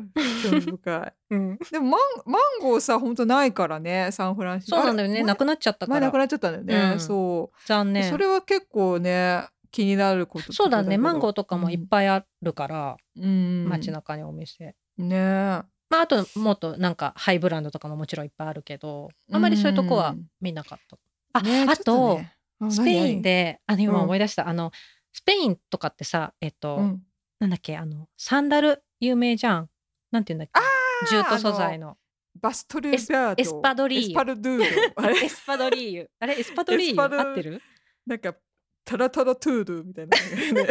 [SPEAKER 1] え興味
[SPEAKER 2] *laughs*
[SPEAKER 1] 深
[SPEAKER 2] うん、
[SPEAKER 1] いでもマンマンゴーさほんとないからねサンフランシスコ
[SPEAKER 2] そうなんだよね
[SPEAKER 1] あれ
[SPEAKER 2] なくなっちゃったか
[SPEAKER 1] 前なくな
[SPEAKER 2] ら
[SPEAKER 1] っちゃったんだよね、
[SPEAKER 2] うん
[SPEAKER 1] そ
[SPEAKER 2] 残
[SPEAKER 1] う、
[SPEAKER 2] 念
[SPEAKER 1] それは結構ね気になること
[SPEAKER 2] そうだねマンゴーとかもいっ
[SPEAKER 1] い、
[SPEAKER 2] ぱいあるから、
[SPEAKER 1] うん、
[SPEAKER 2] 街中にお店
[SPEAKER 1] ねえ
[SPEAKER 2] まああともっとなんかハイブランドとかももちろんいっぱいあるけどあんまりそういうとこは見なかった、あ、
[SPEAKER 1] ね
[SPEAKER 2] あ
[SPEAKER 1] ちょっ
[SPEAKER 2] と
[SPEAKER 1] ねあ
[SPEAKER 2] スペイン
[SPEAKER 1] 何
[SPEAKER 2] であの今
[SPEAKER 1] うん
[SPEAKER 2] 思い出した、あのスペインとかってさえっと、
[SPEAKER 1] 々うん
[SPEAKER 2] なんだっけあのサンダル有名じゃんなんて言うんだっけジュート素材の
[SPEAKER 1] バストルベード
[SPEAKER 2] エスパド
[SPEAKER 1] エ
[SPEAKER 2] リーヨ
[SPEAKER 1] スパドゥードあ *laughs*
[SPEAKER 2] エ
[SPEAKER 1] れ
[SPEAKER 2] スパドリーユあれエスパドリー
[SPEAKER 1] エス
[SPEAKER 2] ユ
[SPEAKER 1] パド
[SPEAKER 2] 合ってる
[SPEAKER 1] なんかタラタラトゥードゥみ
[SPEAKER 2] *laughs*
[SPEAKER 1] たいな、ね、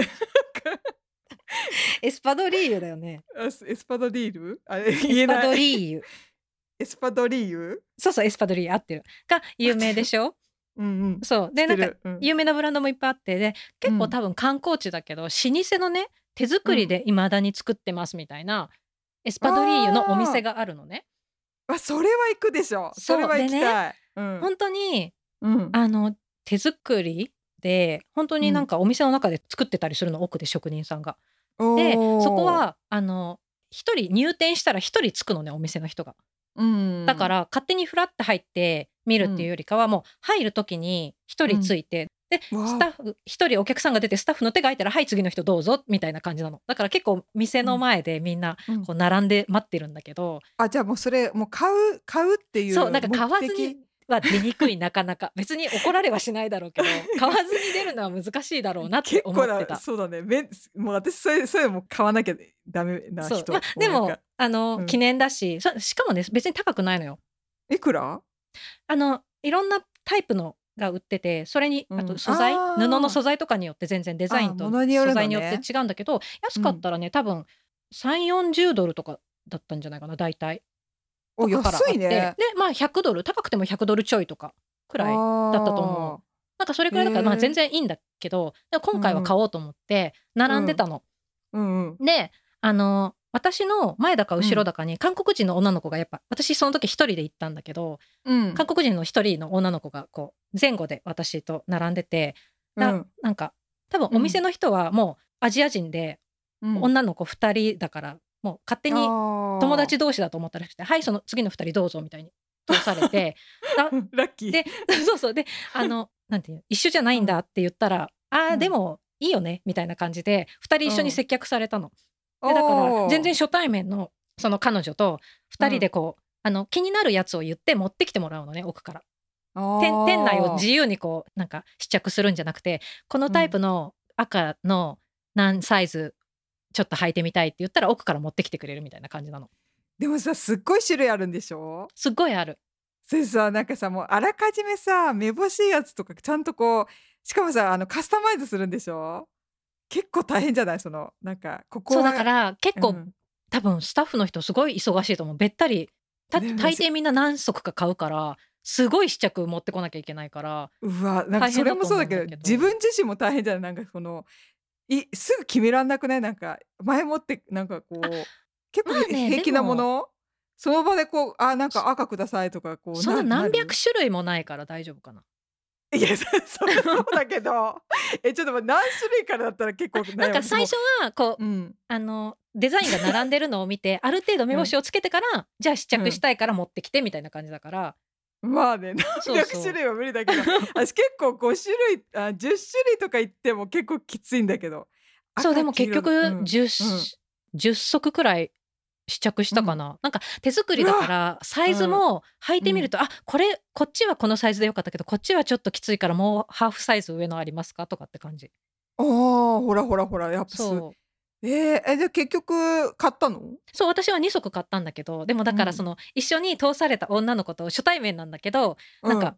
[SPEAKER 2] エスパドリーユだよね
[SPEAKER 1] あエスパドリールあれ
[SPEAKER 2] エ
[SPEAKER 1] 言え
[SPEAKER 2] スパ
[SPEAKER 1] な
[SPEAKER 2] ド
[SPEAKER 1] い
[SPEAKER 2] リーユ
[SPEAKER 1] エスパドリーユ
[SPEAKER 2] そうそうエスパドリーユ合ってるが有名でし
[SPEAKER 1] *laughs*
[SPEAKER 2] ょ
[SPEAKER 1] うんうん
[SPEAKER 2] そうで
[SPEAKER 1] 知
[SPEAKER 2] な
[SPEAKER 1] って
[SPEAKER 2] んか
[SPEAKER 1] るうん
[SPEAKER 2] 有名なブランドもいっぱいあってで結
[SPEAKER 1] う
[SPEAKER 2] 構
[SPEAKER 1] ん
[SPEAKER 2] 多分観光地だけど、老舗のね手作りで未だに作ってますみたいな、エスパドリーユのお店があるのね
[SPEAKER 1] あそれは行くでしょそ
[SPEAKER 2] そう
[SPEAKER 1] れは行きたい、うん
[SPEAKER 2] 本当に
[SPEAKER 1] うん
[SPEAKER 2] あの手作りで本当になんかお店の中で作ってたりするの奥で職人さんが。で
[SPEAKER 1] おー
[SPEAKER 2] そこはあの一人入店したら一人つくのねお店の人が。
[SPEAKER 1] うん
[SPEAKER 2] だから勝手にフラッと入って見るっていうよりかはもう入る時に一人ついて、で
[SPEAKER 1] わあ
[SPEAKER 2] スタッフ一人お客さんが出てスタッフの手が空いたら「はい次の人どうぞ」みたいな感じなのだから結構店の前でみんな
[SPEAKER 1] うん
[SPEAKER 2] こう並んで待ってるんだけど、
[SPEAKER 1] あじゃあもうそれもう買う買うっていう
[SPEAKER 2] そうなんか買わずに
[SPEAKER 1] 目的
[SPEAKER 2] は出にくいなかなか別に怒られはしないだろう
[SPEAKER 1] *laughs*
[SPEAKER 2] けど買わずに出るのは難しいだろうなって
[SPEAKER 1] 結
[SPEAKER 2] 思
[SPEAKER 1] 構
[SPEAKER 2] って
[SPEAKER 1] な
[SPEAKER 2] た。
[SPEAKER 1] そうだねめもう私それそれもう買わなきゃダメな
[SPEAKER 2] そう
[SPEAKER 1] 人
[SPEAKER 2] まあ、で
[SPEAKER 1] う
[SPEAKER 2] も
[SPEAKER 1] なんか
[SPEAKER 2] あの、
[SPEAKER 1] うん
[SPEAKER 2] 記念だしそしかもね別に高くないのよ。
[SPEAKER 1] いくら
[SPEAKER 2] あのいろんなタイプのが売っててそれに
[SPEAKER 1] うん
[SPEAKER 2] あと素材、
[SPEAKER 1] あー
[SPEAKER 2] 布の素材とかによって全然デザイン
[SPEAKER 1] あ
[SPEAKER 2] と
[SPEAKER 1] ー
[SPEAKER 2] 素
[SPEAKER 1] 物によるのね
[SPEAKER 2] 材によって違うんだけど、安かったらね、多分3 4 0ドルとかだったんじゃないかな大体。
[SPEAKER 1] お
[SPEAKER 2] とかからあっ
[SPEAKER 1] 安
[SPEAKER 2] て
[SPEAKER 1] いね
[SPEAKER 2] でまあ100ドル高くても100ドルちょいとかくらいだったと思
[SPEAKER 1] う
[SPEAKER 2] なんかそれくらいだから、
[SPEAKER 1] へー
[SPEAKER 2] まあ全然いいんだけどでも今回は買おうと思って並んでたの。
[SPEAKER 1] うんうん、
[SPEAKER 2] であの私の前だか後ろだかに韓国人の女の子がやっぱ私その時一人で行ったんだけど、
[SPEAKER 1] うん
[SPEAKER 2] 韓国人の一人の女の子がこう前後で私と並んでてな,、ん、なんか多分お店の人はもうアジア人で
[SPEAKER 1] うん
[SPEAKER 2] 女の子2人だからもう勝手に友
[SPEAKER 1] 友
[SPEAKER 2] 達同士だと思ったらしくて「はいその次の2人どうぞ」みたいに通さ
[SPEAKER 1] *laughs*
[SPEAKER 2] れてあ
[SPEAKER 1] ラッキー
[SPEAKER 2] で *laughs* そうそうで
[SPEAKER 1] *laughs*
[SPEAKER 2] あのなんていうの一緒じゃないんだって言ったら「あ
[SPEAKER 1] う
[SPEAKER 2] ー
[SPEAKER 1] ん
[SPEAKER 2] でもいいよね」みたいな感じで2人一緒に接客されたの。でだか
[SPEAKER 1] お
[SPEAKER 2] ら
[SPEAKER 1] ー
[SPEAKER 2] 全然初対面のその彼女と2人でこう、あの気になるやつを言って持ってきてもらうのね奥から。店店内を自由にこうなんか試着するんじゃなくてこのタイプの赤の何サイズちょっと履いてみたいって言ったら奥から持ってきてくれるみたいな感じなの
[SPEAKER 1] でもさすっごい種類あるんでしょ
[SPEAKER 2] すっごいある
[SPEAKER 1] それさなんかさもうあらかじめさめぼしいやつとかちゃんとこうしかもさあのカスタマイズするんでしょ結構大変じゃないそのなんかここ
[SPEAKER 2] そう
[SPEAKER 1] は
[SPEAKER 2] だから結構、
[SPEAKER 1] うん
[SPEAKER 2] 多分スタッフの人すごい忙しいと思うべったりだって
[SPEAKER 1] ね
[SPEAKER 2] 大抵みんな何足か買うからすごい試着持ってこなきゃいけないから
[SPEAKER 1] うわなんかそれもそうだけど
[SPEAKER 2] 大変だと思うんだけど
[SPEAKER 1] 自分自身も大変じゃないなんかそのいすぐ決めらんなくないなんか前もってなんかこう結構、
[SPEAKER 2] まあね
[SPEAKER 1] 平気な
[SPEAKER 2] でも
[SPEAKER 1] ものその場でこうあなんか赤くださいとかこう
[SPEAKER 2] そんな何
[SPEAKER 1] る
[SPEAKER 2] 百種類もないから大丈夫かない
[SPEAKER 1] やそそりゃそうだけ
[SPEAKER 2] *laughs*
[SPEAKER 1] どえちょっと待って何種類からだったら結構悩む
[SPEAKER 2] なんか最初はこ
[SPEAKER 1] う
[SPEAKER 2] う
[SPEAKER 1] ん
[SPEAKER 2] あのデザインが並んでるのを見てある程度目星をつけてから、じゃあ試着したいから持ってきてみたいな感じだから、
[SPEAKER 1] まあね
[SPEAKER 2] そう
[SPEAKER 1] 何百
[SPEAKER 2] そう
[SPEAKER 1] 種類は無理だけ
[SPEAKER 2] *laughs*
[SPEAKER 1] ど私結構5種類あ10種類とか言っても結構きついんだけど
[SPEAKER 2] そう
[SPEAKER 1] 赤
[SPEAKER 2] でも
[SPEAKER 1] 黄
[SPEAKER 2] 結
[SPEAKER 1] 色
[SPEAKER 2] 局
[SPEAKER 1] うんう
[SPEAKER 2] 10,、
[SPEAKER 1] ん
[SPEAKER 2] 10足くらい試着したかな、なんか手作りだからサイズも履いてみると、あこれこっちはこのサイズでよかったけどこっちはちょっときついからもうハーフサイズ上のありますかとかって感じ
[SPEAKER 1] あーほらほらほらやっぱす
[SPEAKER 2] そう
[SPEAKER 1] えー、えじゃあ結局買ったの
[SPEAKER 2] そう私は2足買ったんだけどでもだからその、一緒に通された女の子と初対面なんだけどなんか、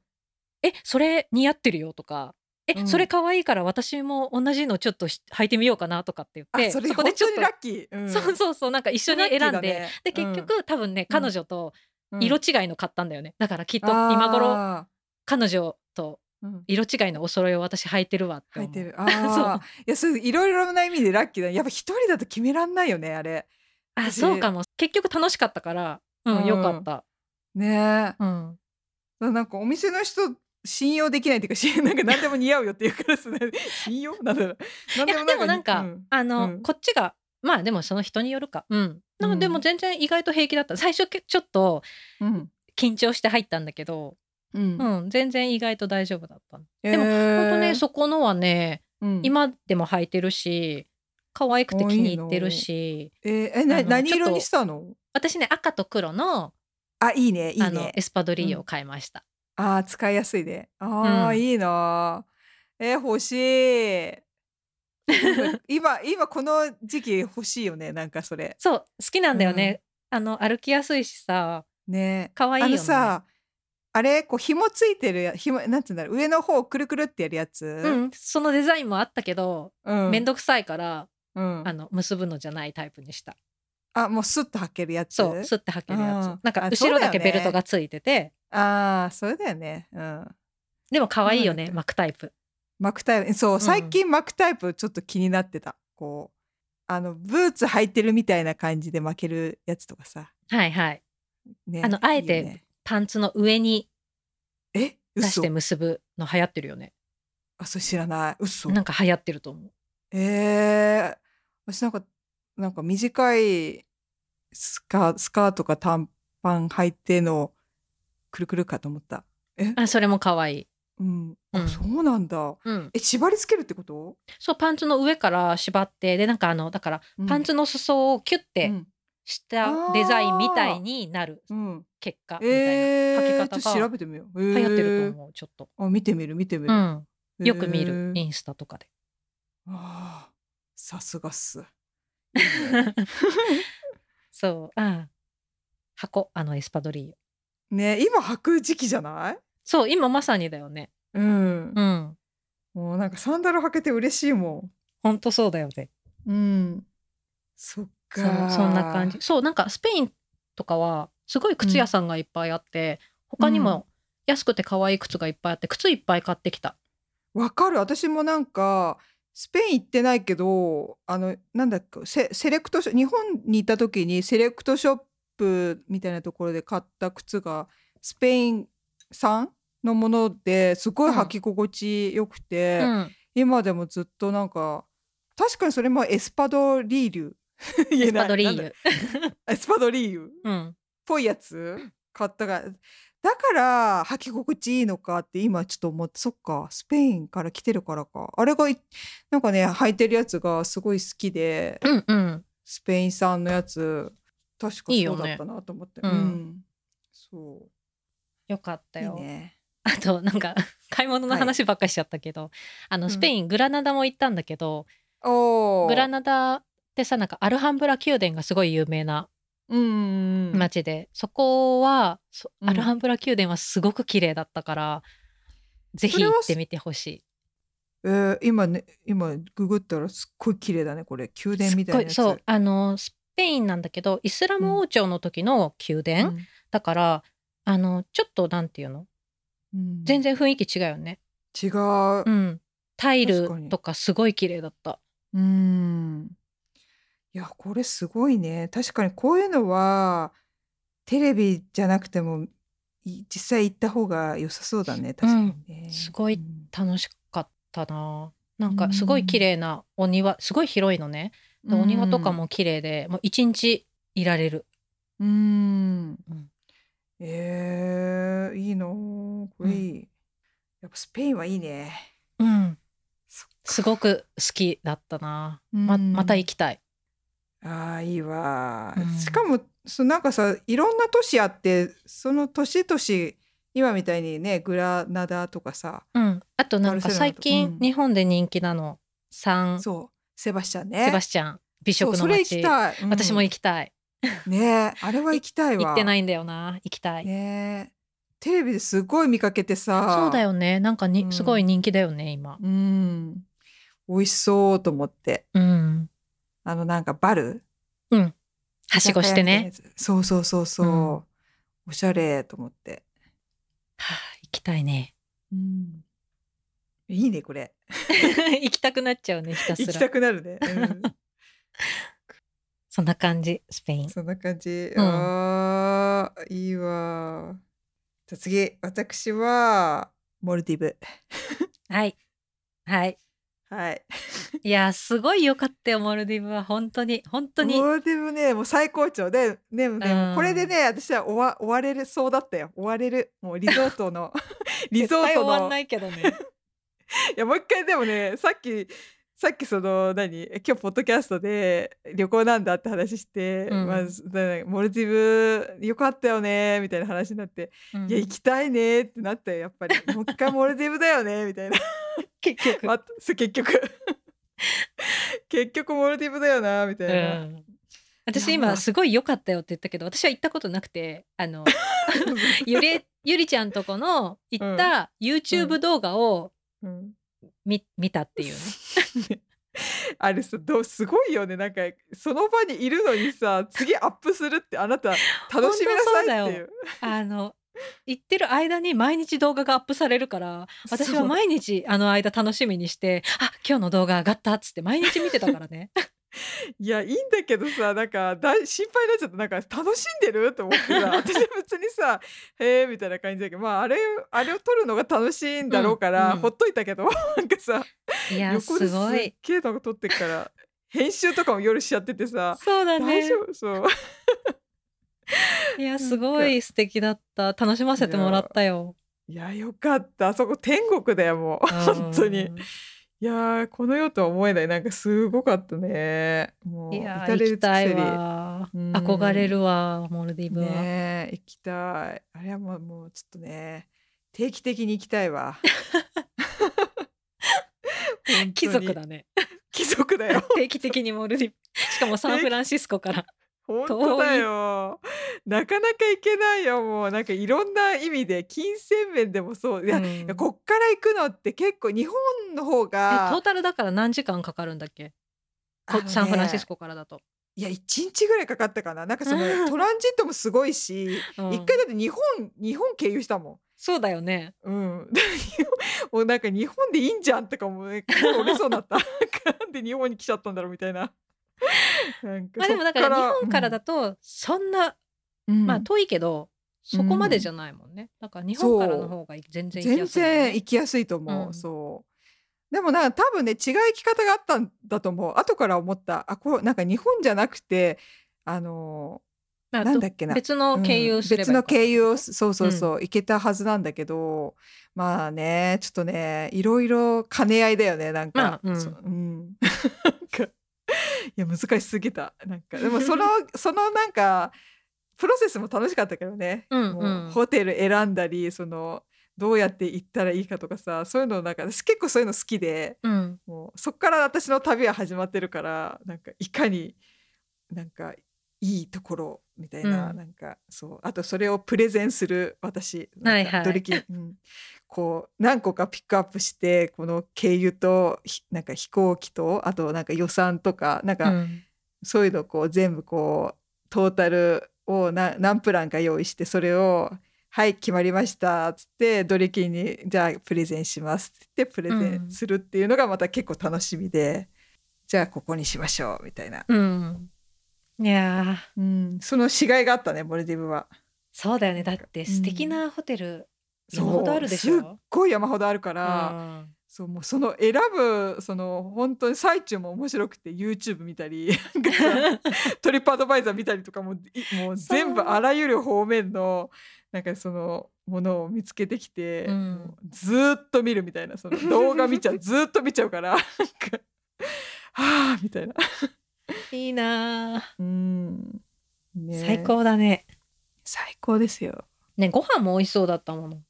[SPEAKER 2] えそれ似合ってるよとかえ、
[SPEAKER 1] うん
[SPEAKER 2] それ可愛いから私も同じのちょっとし履いてみようかなとかって言っ
[SPEAKER 1] うん、
[SPEAKER 2] て
[SPEAKER 1] あそれ
[SPEAKER 2] こ
[SPEAKER 1] 本
[SPEAKER 2] でちょ
[SPEAKER 1] 当に
[SPEAKER 2] っと
[SPEAKER 1] ラッキー、うん
[SPEAKER 2] そうそうそうなんか一緒に選んで、で結局、、多分ね彼女と色
[SPEAKER 1] 違
[SPEAKER 2] 違いの買ったんだよね、だからきっと今頃彼女と
[SPEAKER 1] うん、
[SPEAKER 2] 色違いのお揃いを私履いてるわっ
[SPEAKER 1] 入
[SPEAKER 2] て
[SPEAKER 1] っ
[SPEAKER 2] 思う
[SPEAKER 1] て
[SPEAKER 2] *laughs*
[SPEAKER 1] る
[SPEAKER 2] そう
[SPEAKER 1] ああいやそういろいろな意味でラッキーだやっぱ一人だと決めらんないよねあれ
[SPEAKER 2] あ
[SPEAKER 1] 私
[SPEAKER 2] そうかも結局楽しかったからうん、
[SPEAKER 1] うん
[SPEAKER 2] よかった、
[SPEAKER 1] ね
[SPEAKER 2] うん、
[SPEAKER 1] えなんかお店の人信用できないっていうか信 *laughs* なんか何でも似合うよって言うからですね *laughs* 信用なんだろう何
[SPEAKER 2] いやでもなんか、
[SPEAKER 1] う
[SPEAKER 2] あの、
[SPEAKER 1] うん
[SPEAKER 2] こっちがまあでもその人によるかうんでも
[SPEAKER 1] うん
[SPEAKER 2] でも全然意外と平気だった最初けちょっと
[SPEAKER 1] うん
[SPEAKER 2] 緊張して入ったんだけど
[SPEAKER 1] うん
[SPEAKER 2] うん、全然意外と大丈夫だったの。
[SPEAKER 1] で
[SPEAKER 2] でも
[SPEAKER 1] 本
[SPEAKER 2] 本当ね、そこのはね、
[SPEAKER 1] うん、
[SPEAKER 2] 今でも履いてるし、可愛くて気に入ってるし、
[SPEAKER 1] えーえ
[SPEAKER 2] あ
[SPEAKER 1] な
[SPEAKER 2] の
[SPEAKER 1] 何
[SPEAKER 2] ちょっ
[SPEAKER 1] 色
[SPEAKER 2] と
[SPEAKER 1] にしたの
[SPEAKER 2] 私ね赤と黒の
[SPEAKER 1] あいいねいい
[SPEAKER 2] あの
[SPEAKER 1] ね
[SPEAKER 2] エスパドリーを買いました。
[SPEAKER 1] あー使いやすいであー、
[SPEAKER 2] うん
[SPEAKER 1] いいなーえー欲しい
[SPEAKER 2] *laughs*
[SPEAKER 1] 今今この時期欲しいよねなんかそれ
[SPEAKER 2] そう、好きなんだよね。あの歩きやすいしさ、
[SPEAKER 1] ね
[SPEAKER 2] 可愛いよね。
[SPEAKER 1] あのさあれこう紐ついてるや紐なんていうんだろう上の方をくるくるってやるや
[SPEAKER 2] う
[SPEAKER 1] つ、
[SPEAKER 2] ん、そのデザインもあったけど、
[SPEAKER 1] うん
[SPEAKER 2] めんどくさいから
[SPEAKER 1] うん
[SPEAKER 2] あの結ぶのじゃないタイプにした。
[SPEAKER 1] あもうスッと履けるやつ
[SPEAKER 2] そう、スッて履けるやつ
[SPEAKER 1] うん。
[SPEAKER 2] なんか
[SPEAKER 1] あ
[SPEAKER 2] 後ろだ
[SPEAKER 1] そ
[SPEAKER 2] け
[SPEAKER 1] うだ
[SPEAKER 2] ベ
[SPEAKER 1] よね
[SPEAKER 2] ルトがついてて、
[SPEAKER 1] あーそれだよねうん
[SPEAKER 2] でも可愛いよね
[SPEAKER 1] そうなんだ
[SPEAKER 2] 巻くタイプ。
[SPEAKER 1] 巻くタイプそう最近巻くタイプちょっと気になってた、こうあのブーツ履いてるみたいな感じで巻けるやつとかさ、
[SPEAKER 2] はいはい。
[SPEAKER 1] ね、
[SPEAKER 2] あのあえて
[SPEAKER 1] いいよね
[SPEAKER 2] パンツの上に
[SPEAKER 1] え
[SPEAKER 2] 出し
[SPEAKER 1] 嘘
[SPEAKER 2] て結ぶの流行ってるよね。
[SPEAKER 1] あそれ知らない嘘
[SPEAKER 2] なんか流行ってると思う。
[SPEAKER 1] えー、私なんかなんか短いスカスカートか短パン履いてのくるくるかと思った
[SPEAKER 2] あ、それも可愛い。
[SPEAKER 1] うん、
[SPEAKER 2] うん
[SPEAKER 1] あそうなんだ
[SPEAKER 2] うん。
[SPEAKER 1] え縛り付けるってこと、
[SPEAKER 2] そうパンツの上から縛ってでなんかあのだから
[SPEAKER 1] うん
[SPEAKER 2] パンツの裾をキュッ
[SPEAKER 1] う
[SPEAKER 2] て
[SPEAKER 1] ん
[SPEAKER 2] したデザインみたいになる
[SPEAKER 1] うん、
[SPEAKER 2] 結果みたい
[SPEAKER 1] えー、
[SPEAKER 2] 履き方が
[SPEAKER 1] ちょっと調べてみよう、え
[SPEAKER 2] な
[SPEAKER 1] ー、
[SPEAKER 2] 流行ってると思うちょっと。
[SPEAKER 1] あ見てみる見てみ
[SPEAKER 2] う
[SPEAKER 1] る、
[SPEAKER 2] ん。よく見る
[SPEAKER 1] え
[SPEAKER 2] イ
[SPEAKER 1] ー
[SPEAKER 2] ンスタとかで。
[SPEAKER 1] ああさすがっす
[SPEAKER 2] そう。ああ箱あのエスパドリーヨ。
[SPEAKER 1] ね今履く時期じゃない
[SPEAKER 2] そう今まさにだよね。
[SPEAKER 1] うん
[SPEAKER 2] うん。
[SPEAKER 1] もうなんかサンダル履けて嬉しいも
[SPEAKER 2] 本当そうだよね。
[SPEAKER 1] んうんそっ
[SPEAKER 2] そ
[SPEAKER 1] か
[SPEAKER 2] うそんな感じ。そうなんかスペインとかはすごい靴屋さんがいっぱいあって、他にも安くて可愛い靴がいっぱいあって靴いっぱい買ってきた。
[SPEAKER 1] わかる私もなんかスペイン行ってないけどあのなんだっけセセレクトショ日本にいた時にセレクトショップみたいなところで買った靴がスペイン産のものですごい履き心地よくて、
[SPEAKER 2] うん。
[SPEAKER 1] 今でもずっとなんか確かにそれもエスパドリーリュ *laughs* 言え
[SPEAKER 2] エス
[SPEAKER 1] ない
[SPEAKER 2] パドリー
[SPEAKER 1] なんだ
[SPEAKER 2] ユ。
[SPEAKER 1] エスパドリーユっ
[SPEAKER 2] うん。
[SPEAKER 1] ぽいやつ買ったがだから履き心地いいのかって今ちょっと思ってそっかスペインから来てるからかあれがいなんかね履いてるやつがすごい好きで
[SPEAKER 2] うんうん。
[SPEAKER 1] スペイン産のやつ確かそうだったなと思って
[SPEAKER 2] いいよねうん
[SPEAKER 1] うんそ
[SPEAKER 2] よかっ
[SPEAKER 1] う
[SPEAKER 2] た
[SPEAKER 1] いい
[SPEAKER 2] よ。
[SPEAKER 1] ね
[SPEAKER 2] あとなんか *laughs* 買い物の話ばっかりしちゃったけど、あ
[SPEAKER 1] うん
[SPEAKER 2] のスペイン、グラナダも行ったんだけど、
[SPEAKER 1] おー
[SPEAKER 2] グラナダってさなんかアルハンブラ宮殿がすごい有名な
[SPEAKER 1] うんうんうん
[SPEAKER 2] 街で、そこはそ
[SPEAKER 1] うん
[SPEAKER 2] アルハンブラ宮殿はすごく綺麗だったから、ぜひ行ってみてほし
[SPEAKER 1] えー今ね今ググったらすっごい綺麗だねこれ宮
[SPEAKER 2] い。
[SPEAKER 1] 殿みたいなやつ
[SPEAKER 2] すっごいそうあのスペインなんだけどイスラム王朝の時の宮殿、
[SPEAKER 1] うん
[SPEAKER 2] だからあのちょっとなんていうの
[SPEAKER 1] うん
[SPEAKER 2] 全然雰囲気違うよね。
[SPEAKER 1] 違う
[SPEAKER 2] うん、タイ
[SPEAKER 1] 確かに
[SPEAKER 2] ルとかすごい綺麗だった。
[SPEAKER 1] うーん。いや、これすごいね。確かにこういうのは、テレビじゃなくても、い実際行った方が良さそうだね。確かにね。
[SPEAKER 2] すごい
[SPEAKER 1] うん
[SPEAKER 2] 楽しかったななんかすごい綺麗なお庭すごい広いのねでお庭とか。も綺麗でもう一日いられる
[SPEAKER 1] うーん
[SPEAKER 2] うん。
[SPEAKER 1] えー、いいのこれいい。やっぱスペインはいいね。
[SPEAKER 2] うん
[SPEAKER 1] そっか
[SPEAKER 2] すごく好きだったなま
[SPEAKER 1] うん
[SPEAKER 2] また行きたい
[SPEAKER 1] ああいいわ、
[SPEAKER 2] うん
[SPEAKER 1] しかもそなんかさいろんな都市あってその年々今みたいにねグラナダとかさ
[SPEAKER 2] うんあとなん
[SPEAKER 1] バ
[SPEAKER 2] か
[SPEAKER 1] ルセロナ
[SPEAKER 2] 最
[SPEAKER 1] とう
[SPEAKER 2] 近
[SPEAKER 1] ん
[SPEAKER 2] 日本で人気なのサンセ
[SPEAKER 1] そうセバスチャンね
[SPEAKER 2] バスチャン美
[SPEAKER 1] そ
[SPEAKER 2] 食
[SPEAKER 1] う
[SPEAKER 2] の
[SPEAKER 1] それ行
[SPEAKER 2] 街
[SPEAKER 1] きたい、うん
[SPEAKER 2] 私も行きたい
[SPEAKER 1] ねえあれは行きたいわ
[SPEAKER 2] 行ってないいんだよな行きたい
[SPEAKER 1] ねえテレビですごい見かけてさ
[SPEAKER 2] そうだよねなんかに
[SPEAKER 1] うん
[SPEAKER 2] すごい人気だよね今
[SPEAKER 1] うん美味しそうと思って
[SPEAKER 2] うん
[SPEAKER 1] あのなんかバル
[SPEAKER 2] はしごして
[SPEAKER 1] 居酒屋み
[SPEAKER 2] ね
[SPEAKER 1] たいなやつそうそうそうそう、
[SPEAKER 2] うん
[SPEAKER 1] おしゃれと思って、
[SPEAKER 2] はあ行きたいね *laughs*
[SPEAKER 1] うん、いいねこれ
[SPEAKER 2] 行きたくなっちゃうねひたす
[SPEAKER 1] 行き
[SPEAKER 2] ら
[SPEAKER 1] たくなるね、うん
[SPEAKER 2] そんな感じス *laughs* ペイン
[SPEAKER 1] そんな感じ。
[SPEAKER 2] うん
[SPEAKER 1] ああ、いいわ。じゃあ次、私は、モルディブ。
[SPEAKER 2] はい。はい。
[SPEAKER 1] はい。
[SPEAKER 2] いやー、すごい良かったよ、モルディブは。本当に、本当に。
[SPEAKER 1] モルディブね、もう最高潮で、ね、ね
[SPEAKER 2] うん
[SPEAKER 1] これでね、私は追わ追われるそうだったよ。追われる。もうリゾート
[SPEAKER 2] *laughs*
[SPEAKER 1] の、リゾー
[SPEAKER 2] 絶対
[SPEAKER 1] ト
[SPEAKER 2] 終わん
[SPEAKER 1] の。
[SPEAKER 2] ないいけ
[SPEAKER 1] *laughs*
[SPEAKER 2] どね。
[SPEAKER 1] や、もう一回でもね、さっき、さっきその何今日ポッドキャストで旅行なんだって話して、
[SPEAKER 2] うん
[SPEAKER 1] まあだモルディブよかったよねみたいな話になって
[SPEAKER 2] うん
[SPEAKER 1] いや行きたいねってなったよやっぱりもう一回モルディブだよ
[SPEAKER 2] *laughs*
[SPEAKER 1] ねみたいな、
[SPEAKER 2] 結局。
[SPEAKER 1] ま、そう結
[SPEAKER 2] *laughs*
[SPEAKER 1] 局結局モルディブだよなみたいうな、
[SPEAKER 2] ん私
[SPEAKER 1] いやま
[SPEAKER 2] 今
[SPEAKER 1] あ
[SPEAKER 2] すごい良かったよって言ったけど私は行ったことなくてあのゆりゆりちゃんとこの行った YouTube 動画を
[SPEAKER 1] *laughs* うん
[SPEAKER 2] 見,、見たっていうね
[SPEAKER 1] *laughs* あれさどうすごいよねなんかその場にいるのにさ次アップするってあなた楽しみなさいっていう
[SPEAKER 2] あの行ってる間に毎日動画がアップされるから私は
[SPEAKER 1] そう
[SPEAKER 2] 毎日あの間楽しみにしてあ今日の動画上がったっつって毎日見てたから
[SPEAKER 1] *laughs*
[SPEAKER 2] ね
[SPEAKER 1] いやいいんだけどさなんかだ心配になっちゃったなんか楽しんでると思ってさ *laughs* 私は別にさへえみたいな感じだけどまああれあれを撮るのが楽しいんだろうから、
[SPEAKER 2] うんうん
[SPEAKER 1] ほっといたけど *laughs* なんかさ
[SPEAKER 2] いや
[SPEAKER 1] 横ですすっ
[SPEAKER 2] ごい
[SPEAKER 1] げえなんか撮ってっから編集とかも夜しちゃっててさ、
[SPEAKER 2] そうだ
[SPEAKER 1] 大
[SPEAKER 2] ね
[SPEAKER 1] 丈夫そう *laughs*
[SPEAKER 2] いやすごい素敵だった楽しませてもらったよ
[SPEAKER 1] いやよかったあそこ天国だよもう本当にいやーこの世とは思えないなんかすごかったねも
[SPEAKER 2] うん
[SPEAKER 1] う
[SPEAKER 2] いや
[SPEAKER 1] 至れ
[SPEAKER 2] 行き
[SPEAKER 1] り尽く
[SPEAKER 2] た
[SPEAKER 1] せり
[SPEAKER 2] いわ
[SPEAKER 1] うん
[SPEAKER 2] 憧れるわモルディブは、
[SPEAKER 1] ねえ行きたいあれはもうもうちょっとね定期的に行きたいわ本当に
[SPEAKER 2] *laughs* 貴族だね
[SPEAKER 1] 貴族だよ
[SPEAKER 2] 定期的にモルディブしかもサンフランシスコから
[SPEAKER 1] 本当だよなかなか行けないよもうなんかいろんな意味で金銭面でもそういや、
[SPEAKER 2] うん
[SPEAKER 1] いやこっから行くのって結構日本の方
[SPEAKER 2] えト
[SPEAKER 1] が
[SPEAKER 2] ータルだから何時間かかるんだっけ
[SPEAKER 1] あ
[SPEAKER 2] こ
[SPEAKER 1] のね
[SPEAKER 2] サンフランシスコからだと、
[SPEAKER 1] いや1日ぐらいかかったかななんかその
[SPEAKER 2] うん
[SPEAKER 1] トランジットもすごいし
[SPEAKER 2] うん
[SPEAKER 1] 一回だって日本日本経由したもん。
[SPEAKER 2] そうだよね
[SPEAKER 1] うん、で日本もうなんか日本でいいんじゃんとかもね心折れそうになったなんで日本に来ちゃったんだろうみたいな。なんか
[SPEAKER 2] まあでもだから日本からだとそんな、
[SPEAKER 1] と、うん
[SPEAKER 2] まあ遠いけどそこまでじゃないもんね、だから日本からの方が全然
[SPEAKER 1] 全
[SPEAKER 2] 行きやすいもんね、
[SPEAKER 1] 然行きやすいと思う、
[SPEAKER 2] うん
[SPEAKER 1] そうでもなんか多分ね違う生き方があったんだと思う後から思ったあこうなんか日本じゃなくてあの
[SPEAKER 2] な
[SPEAKER 1] なんだっけな
[SPEAKER 2] 別の経由をすれ
[SPEAKER 1] うん別
[SPEAKER 2] ば
[SPEAKER 1] の経由を
[SPEAKER 2] す
[SPEAKER 1] そうそうそう、いけたはずなんだけどまあねちょっとねいろいろ兼ね合いだよねなんか、
[SPEAKER 2] まあうん
[SPEAKER 1] そうん、なんかいや難しすぎたなんかでも
[SPEAKER 2] *laughs*
[SPEAKER 1] そのそのなんかプロセスも楽しかったけどね、
[SPEAKER 2] うんうん
[SPEAKER 1] もホテル選んだりそのどうやって行ったらいいかとかさそういうのなんか私結構そういうの好きで
[SPEAKER 2] うん
[SPEAKER 1] もうそっから私の旅は始まってるからなんかいかになんかいいところみたいな,、
[SPEAKER 2] うん
[SPEAKER 1] なんかそうあとそれをプレゼンする私
[SPEAKER 2] はいはい
[SPEAKER 1] なんかどれき、うんこう何個かピックアップしてこの経由とひなんか飛行機とあとなんか予算とかなん
[SPEAKER 2] う
[SPEAKER 1] か
[SPEAKER 2] ん
[SPEAKER 1] そういうのこう全部こうトータルをな何プランか用意してそれを「はい決まりました」つってドリキンに「じゃあプレゼンします」って言ってプレゼ
[SPEAKER 2] うん
[SPEAKER 1] ンするっていうのがまた結構楽しみで、じゃあここにしましょうみたいな、
[SPEAKER 2] うんいやー
[SPEAKER 1] うん、そのしがいがあったねモルディブは。
[SPEAKER 2] そうだよねだって素敵なホテル山ほどあるでし
[SPEAKER 1] そうすっ
[SPEAKER 2] ょ
[SPEAKER 1] ごい山ほどあるから、
[SPEAKER 2] あ
[SPEAKER 1] そうもうその選ぶその本当に最中も面白くて YouTube 見たりなんかさ
[SPEAKER 2] *laughs*
[SPEAKER 1] トリップアドバイザー見たりとかもいもう
[SPEAKER 2] そう
[SPEAKER 1] 全部あらゆる方面のなんかそのものを見つけてきて、
[SPEAKER 2] うん
[SPEAKER 1] もうずーっと見るみたいなその動画見
[SPEAKER 2] *laughs*
[SPEAKER 1] ちゃうずーっと見ちゃうからなん *laughs* かはあみ
[SPEAKER 2] *laughs*
[SPEAKER 1] たいな。
[SPEAKER 2] いいなあ
[SPEAKER 1] うんね
[SPEAKER 2] 最高だね
[SPEAKER 1] 最高ですよ。
[SPEAKER 2] ねご飯も美味しそうだったもの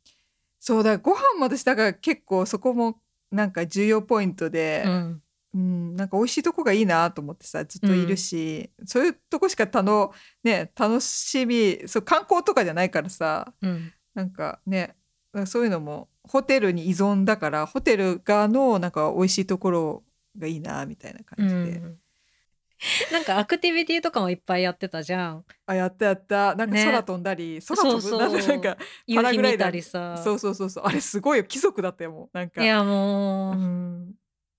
[SPEAKER 1] そうだご飯も私だから結構そこもなんか重要ポイントで、
[SPEAKER 2] うん
[SPEAKER 1] うん、なんか美味しいとこがいいなと思ってさずっといるし、そういうとこしかたの、ね、楽しみそう観光とかじゃないからさ
[SPEAKER 2] うん
[SPEAKER 1] なんかねなんかそういうのもホテルに依存だからホテル側のなんか美味しいところがいいなみたいな
[SPEAKER 2] う
[SPEAKER 1] 感じで、
[SPEAKER 2] んなんかアクティビティとかもいっぱいやってたじゃん
[SPEAKER 1] あやったやったなんか
[SPEAKER 2] ね
[SPEAKER 1] 空飛んだり、空飛ぶ
[SPEAKER 2] そうそう
[SPEAKER 1] なんかなんか
[SPEAKER 2] 夕
[SPEAKER 1] パラ
[SPEAKER 2] 日
[SPEAKER 1] グラ
[SPEAKER 2] 見
[SPEAKER 1] イダ
[SPEAKER 2] た
[SPEAKER 1] ー
[SPEAKER 2] りさ
[SPEAKER 1] そうそうそうそうあれすごいよ貴族だったよもうなんか
[SPEAKER 2] いやも
[SPEAKER 1] う
[SPEAKER 2] うん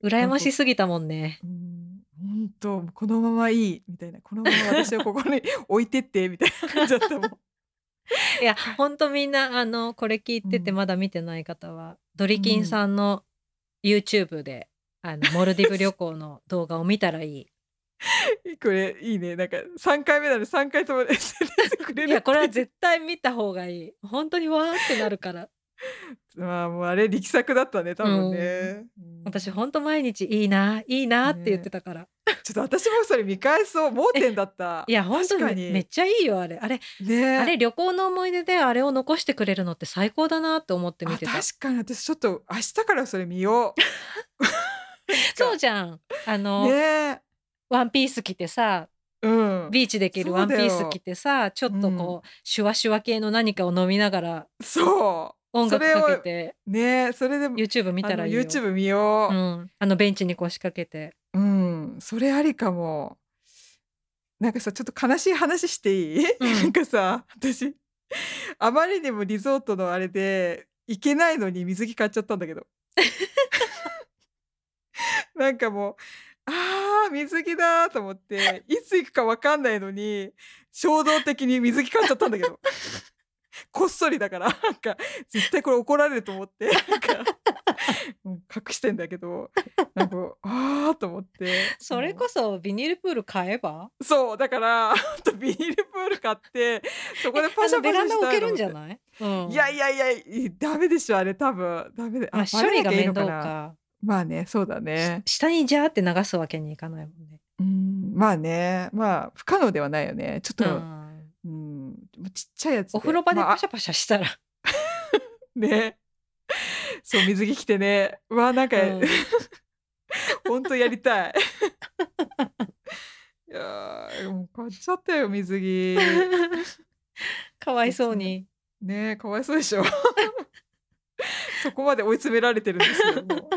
[SPEAKER 2] 羨ましすぎたもんね
[SPEAKER 1] うん本当このままいいみたいなこのまま私をここに置いてってみたいな感じだったもん。
[SPEAKER 2] いやほんとみんなあのこれ聞いてて
[SPEAKER 1] うん
[SPEAKER 2] まだ見てない方は、ドリキンさんの YouTube で、あのモルディブ旅行の動画を見た
[SPEAKER 1] *laughs*
[SPEAKER 2] らい
[SPEAKER 1] これいいねなんか3回目なので3回とも *laughs* SNS くれ
[SPEAKER 2] い
[SPEAKER 1] る
[SPEAKER 2] いやこれは絶対見た方がいい本当にわーってなるから
[SPEAKER 1] まあもうあれ力作だったね多分ね、うん
[SPEAKER 2] 私
[SPEAKER 1] ちょ
[SPEAKER 2] ほんと毎日いいないいなって言ってたから、
[SPEAKER 1] っと私もそれ見返そう盲点だった
[SPEAKER 2] いやほんと
[SPEAKER 1] 確か
[SPEAKER 2] に
[SPEAKER 1] に
[SPEAKER 2] めっちゃいいよあれあれ
[SPEAKER 1] ね
[SPEAKER 2] あれ旅行の思い出であれを残してくれるのって最高だなって思って見て
[SPEAKER 1] あ
[SPEAKER 2] た
[SPEAKER 1] 確かに私ちょっと明日からそれ見よ
[SPEAKER 2] そうじゃんあ
[SPEAKER 1] う
[SPEAKER 2] の、
[SPEAKER 1] ね
[SPEAKER 2] ワンピース着てさ
[SPEAKER 1] うん
[SPEAKER 2] ビーチで着る
[SPEAKER 1] そ
[SPEAKER 2] ワ
[SPEAKER 1] う
[SPEAKER 2] ン
[SPEAKER 1] だ
[SPEAKER 2] ピ
[SPEAKER 1] よ
[SPEAKER 2] ース着てさちょっとこう、シュワシュワ系の何かを飲みながら
[SPEAKER 1] そ
[SPEAKER 2] 音楽
[SPEAKER 1] それを
[SPEAKER 2] かけて
[SPEAKER 1] うねそれでも
[SPEAKER 2] YouTube 見たらいい
[SPEAKER 1] あ
[SPEAKER 2] よ
[SPEAKER 1] の YouTube 見よ
[SPEAKER 2] う
[SPEAKER 1] う、
[SPEAKER 2] ん、あのベンチに腰掛けて
[SPEAKER 1] うん、それありかも。なんかさ、ちょっと悲しい話していい、
[SPEAKER 2] う
[SPEAKER 1] *laughs*
[SPEAKER 2] ん
[SPEAKER 1] なんかさ、私、あまりにもリゾートのあれで、行けないのに水着買っちゃったんだけど。なんかもう、あー、水着だーと思って、いつ行くかわかんないのに、衝動的に水着買っちゃったんだけ
[SPEAKER 2] *laughs*
[SPEAKER 1] ど。こっそりだから、なんか、絶対これ怒られると思って、なんか、もう隠してんだけど、なんか、あーと思って。
[SPEAKER 2] それこそビニールプール買えば
[SPEAKER 1] そうだからほんとビニールプール買ってそこでパシ
[SPEAKER 2] あの
[SPEAKER 1] ャパ
[SPEAKER 2] ベ
[SPEAKER 1] シ
[SPEAKER 2] ラ
[SPEAKER 1] ャ
[SPEAKER 2] ン
[SPEAKER 1] した
[SPEAKER 2] ダ
[SPEAKER 1] い
[SPEAKER 2] 置けるんじゃ
[SPEAKER 1] い
[SPEAKER 2] ない、うん、
[SPEAKER 1] いやいやいやいダメでしょあれ多分ダメで
[SPEAKER 2] まあ、処理が面倒
[SPEAKER 1] バレなきゃいいのな
[SPEAKER 2] か
[SPEAKER 1] まあねそうだね
[SPEAKER 2] し下にジャーって流すわけにいかないもんね、
[SPEAKER 1] うんまあねまあ不可能ではないよねちょっ
[SPEAKER 2] う
[SPEAKER 1] と、
[SPEAKER 2] ん、
[SPEAKER 1] うんちっちゃいやつ
[SPEAKER 2] お風呂場で
[SPEAKER 1] まあ
[SPEAKER 2] パシャパシャしたら、
[SPEAKER 1] ね *laughs* そう水着着てねうわなんか、
[SPEAKER 2] うん
[SPEAKER 1] *laughs* ほんとやりたい *laughs* いやーもう買っちゃったよ水
[SPEAKER 2] *laughs*
[SPEAKER 1] 着
[SPEAKER 2] かわいそうに
[SPEAKER 1] ねえかわいそうでしょ *laughs* そこまで追い詰められてるんですよも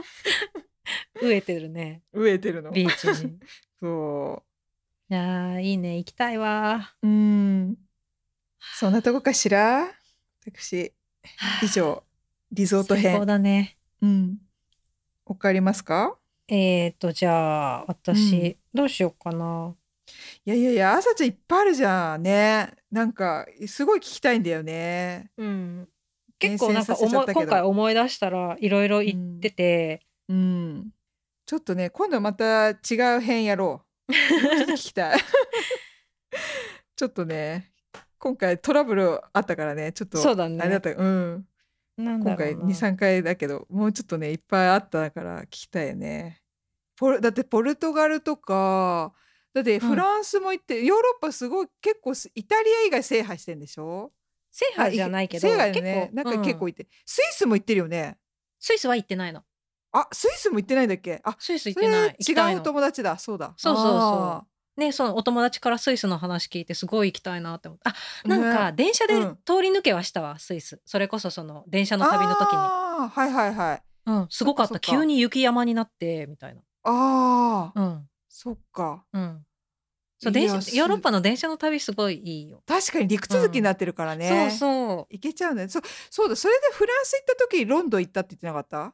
[SPEAKER 2] 飢えてるね
[SPEAKER 1] う
[SPEAKER 2] *laughs*
[SPEAKER 1] 飢えてるの
[SPEAKER 2] ビーチに *laughs* い
[SPEAKER 1] そ
[SPEAKER 2] やーいいね行きたいわ
[SPEAKER 1] ううんそんなとこかしら私以上リゾート
[SPEAKER 2] 最高
[SPEAKER 1] 編
[SPEAKER 2] だね
[SPEAKER 1] うんわかりますか
[SPEAKER 2] えーとじゃあ私、どうしようかない
[SPEAKER 1] やいやいや朝ちゃんいっぱいあるじゃんねなんかすごい聞きたいんだよね
[SPEAKER 2] 結構な
[SPEAKER 1] 厳選
[SPEAKER 2] んか
[SPEAKER 1] させちゃ
[SPEAKER 2] 思
[SPEAKER 1] っ
[SPEAKER 2] い
[SPEAKER 1] たけど
[SPEAKER 2] 今回思い出したらいろいろ言ってて、
[SPEAKER 1] うん。ちょっとね、今度また違う編やろう。ちょっと聞き
[SPEAKER 2] *laughs*
[SPEAKER 1] たい。ちょっとね、今回トラブルあったからね、ちょっと。
[SPEAKER 2] そうだね
[SPEAKER 1] あれだった、うん。
[SPEAKER 2] なんだ
[SPEAKER 1] 今
[SPEAKER 2] ろ
[SPEAKER 1] 回
[SPEAKER 2] うな
[SPEAKER 1] 2、3回だけど、もうちょっとね、いっぱいあったから聞きたいよね。ポルだってポルトガルとか、だってフランスも行って、ヨーロッパすごい結構すイタリア以外制覇してんでしょ
[SPEAKER 2] 制覇じゃないけど、
[SPEAKER 1] 制覇よね。なんか
[SPEAKER 2] うん
[SPEAKER 1] 結構行って、スイスも行ってるよね。
[SPEAKER 2] スイスは行ってないの
[SPEAKER 1] あ、スイスも行ってないんだっけあ、
[SPEAKER 2] スイス行
[SPEAKER 1] そ
[SPEAKER 2] ってない
[SPEAKER 1] れ
[SPEAKER 2] 行きたい
[SPEAKER 1] 違うお
[SPEAKER 2] の
[SPEAKER 1] 友達だ。そうだ。
[SPEAKER 2] そうそうそう
[SPEAKER 1] あー
[SPEAKER 2] ねそのお友達からスイスの話聞いてすごい行きたいなって思ってあなんか電車で
[SPEAKER 1] うん
[SPEAKER 2] 通り抜けはしたわ、スイスそれこそその電車の旅の時に、
[SPEAKER 1] あーはいはいはい。
[SPEAKER 2] うん、すごかった
[SPEAKER 1] そっかそっか
[SPEAKER 2] 急に雪山になってみたいな
[SPEAKER 1] ああ、
[SPEAKER 2] うん
[SPEAKER 1] そっか。
[SPEAKER 2] うんそう
[SPEAKER 1] い
[SPEAKER 2] 電
[SPEAKER 1] や
[SPEAKER 2] 車
[SPEAKER 1] す
[SPEAKER 2] ヨーロッパの電車の旅すごいいいよ、
[SPEAKER 1] 確かに陸続きになってるからね。
[SPEAKER 2] そうそう
[SPEAKER 1] 行けちゃうんだね。そそうだ。それでフランス行った時ロンドン行ったって言ってなかった？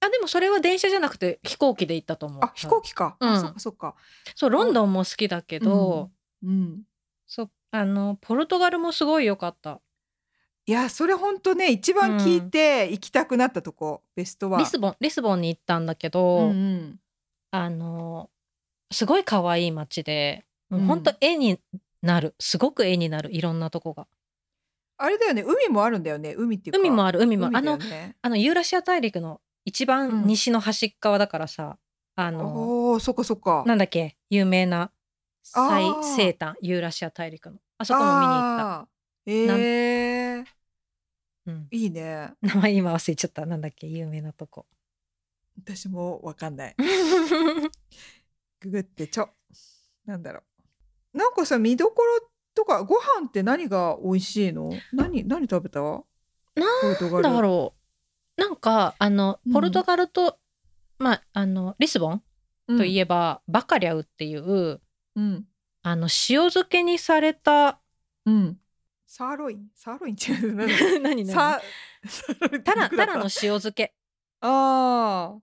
[SPEAKER 2] あでもそれは電車じゃなくて飛行機で行ったと思う
[SPEAKER 1] あ、飛行機か。
[SPEAKER 2] うん
[SPEAKER 1] あそっかそっか。
[SPEAKER 2] そうロンドンも好きだけど、
[SPEAKER 1] うん。
[SPEAKER 2] そうあのポルトガルもすごい良かった
[SPEAKER 1] いや、それ本当ね、一番聞いて行きたくなったとこ、ベストは。
[SPEAKER 2] リスボンリスボンに行ったんだけど、
[SPEAKER 1] うんうん
[SPEAKER 2] あのすごい可愛い街で
[SPEAKER 1] うん
[SPEAKER 2] 本当、絵になるすごく絵になるいろんなとこが
[SPEAKER 1] あれだよね、海もあるんだよね、海っていうか。
[SPEAKER 2] 海も
[SPEAKER 1] あ
[SPEAKER 2] ある海もある、
[SPEAKER 1] だ
[SPEAKER 2] あ
[SPEAKER 1] よ
[SPEAKER 2] の
[SPEAKER 1] ね、
[SPEAKER 2] あのユーラシア大陸の一番西の端っ側だからさ、あの
[SPEAKER 1] おおー、そっかそっか。
[SPEAKER 2] なんだっけ有名な最
[SPEAKER 1] あー
[SPEAKER 2] 西端ユーラシア大陸のあそこも見に行った、
[SPEAKER 1] あー
[SPEAKER 2] なん
[SPEAKER 1] えー、
[SPEAKER 2] うん、
[SPEAKER 1] いいね。
[SPEAKER 2] 名前今忘れちゃったなんだっけ有名な
[SPEAKER 1] *laughs*
[SPEAKER 2] とこ
[SPEAKER 1] 私もわかんない。
[SPEAKER 2] う
[SPEAKER 1] ググってちょ。なんだろう。なんかさ、見どころとか、ご飯って何が美味しいの何、何食べたポルトガ
[SPEAKER 2] ん
[SPEAKER 1] ル
[SPEAKER 2] だろうなんかあの
[SPEAKER 1] うん
[SPEAKER 2] ポルトガルと、まああのリスボン
[SPEAKER 1] うん
[SPEAKER 2] といえば、バカリャウっていう
[SPEAKER 1] うん。
[SPEAKER 2] あの塩漬けにされ
[SPEAKER 1] *laughs*
[SPEAKER 2] た
[SPEAKER 1] うん。サーロインサーロイン違 *laughs* う。なんだ
[SPEAKER 2] 何
[SPEAKER 1] サー、サーロインって
[SPEAKER 2] タラ
[SPEAKER 1] 肉
[SPEAKER 2] タ
[SPEAKER 1] だ
[SPEAKER 2] ラの塩漬け
[SPEAKER 1] ああ。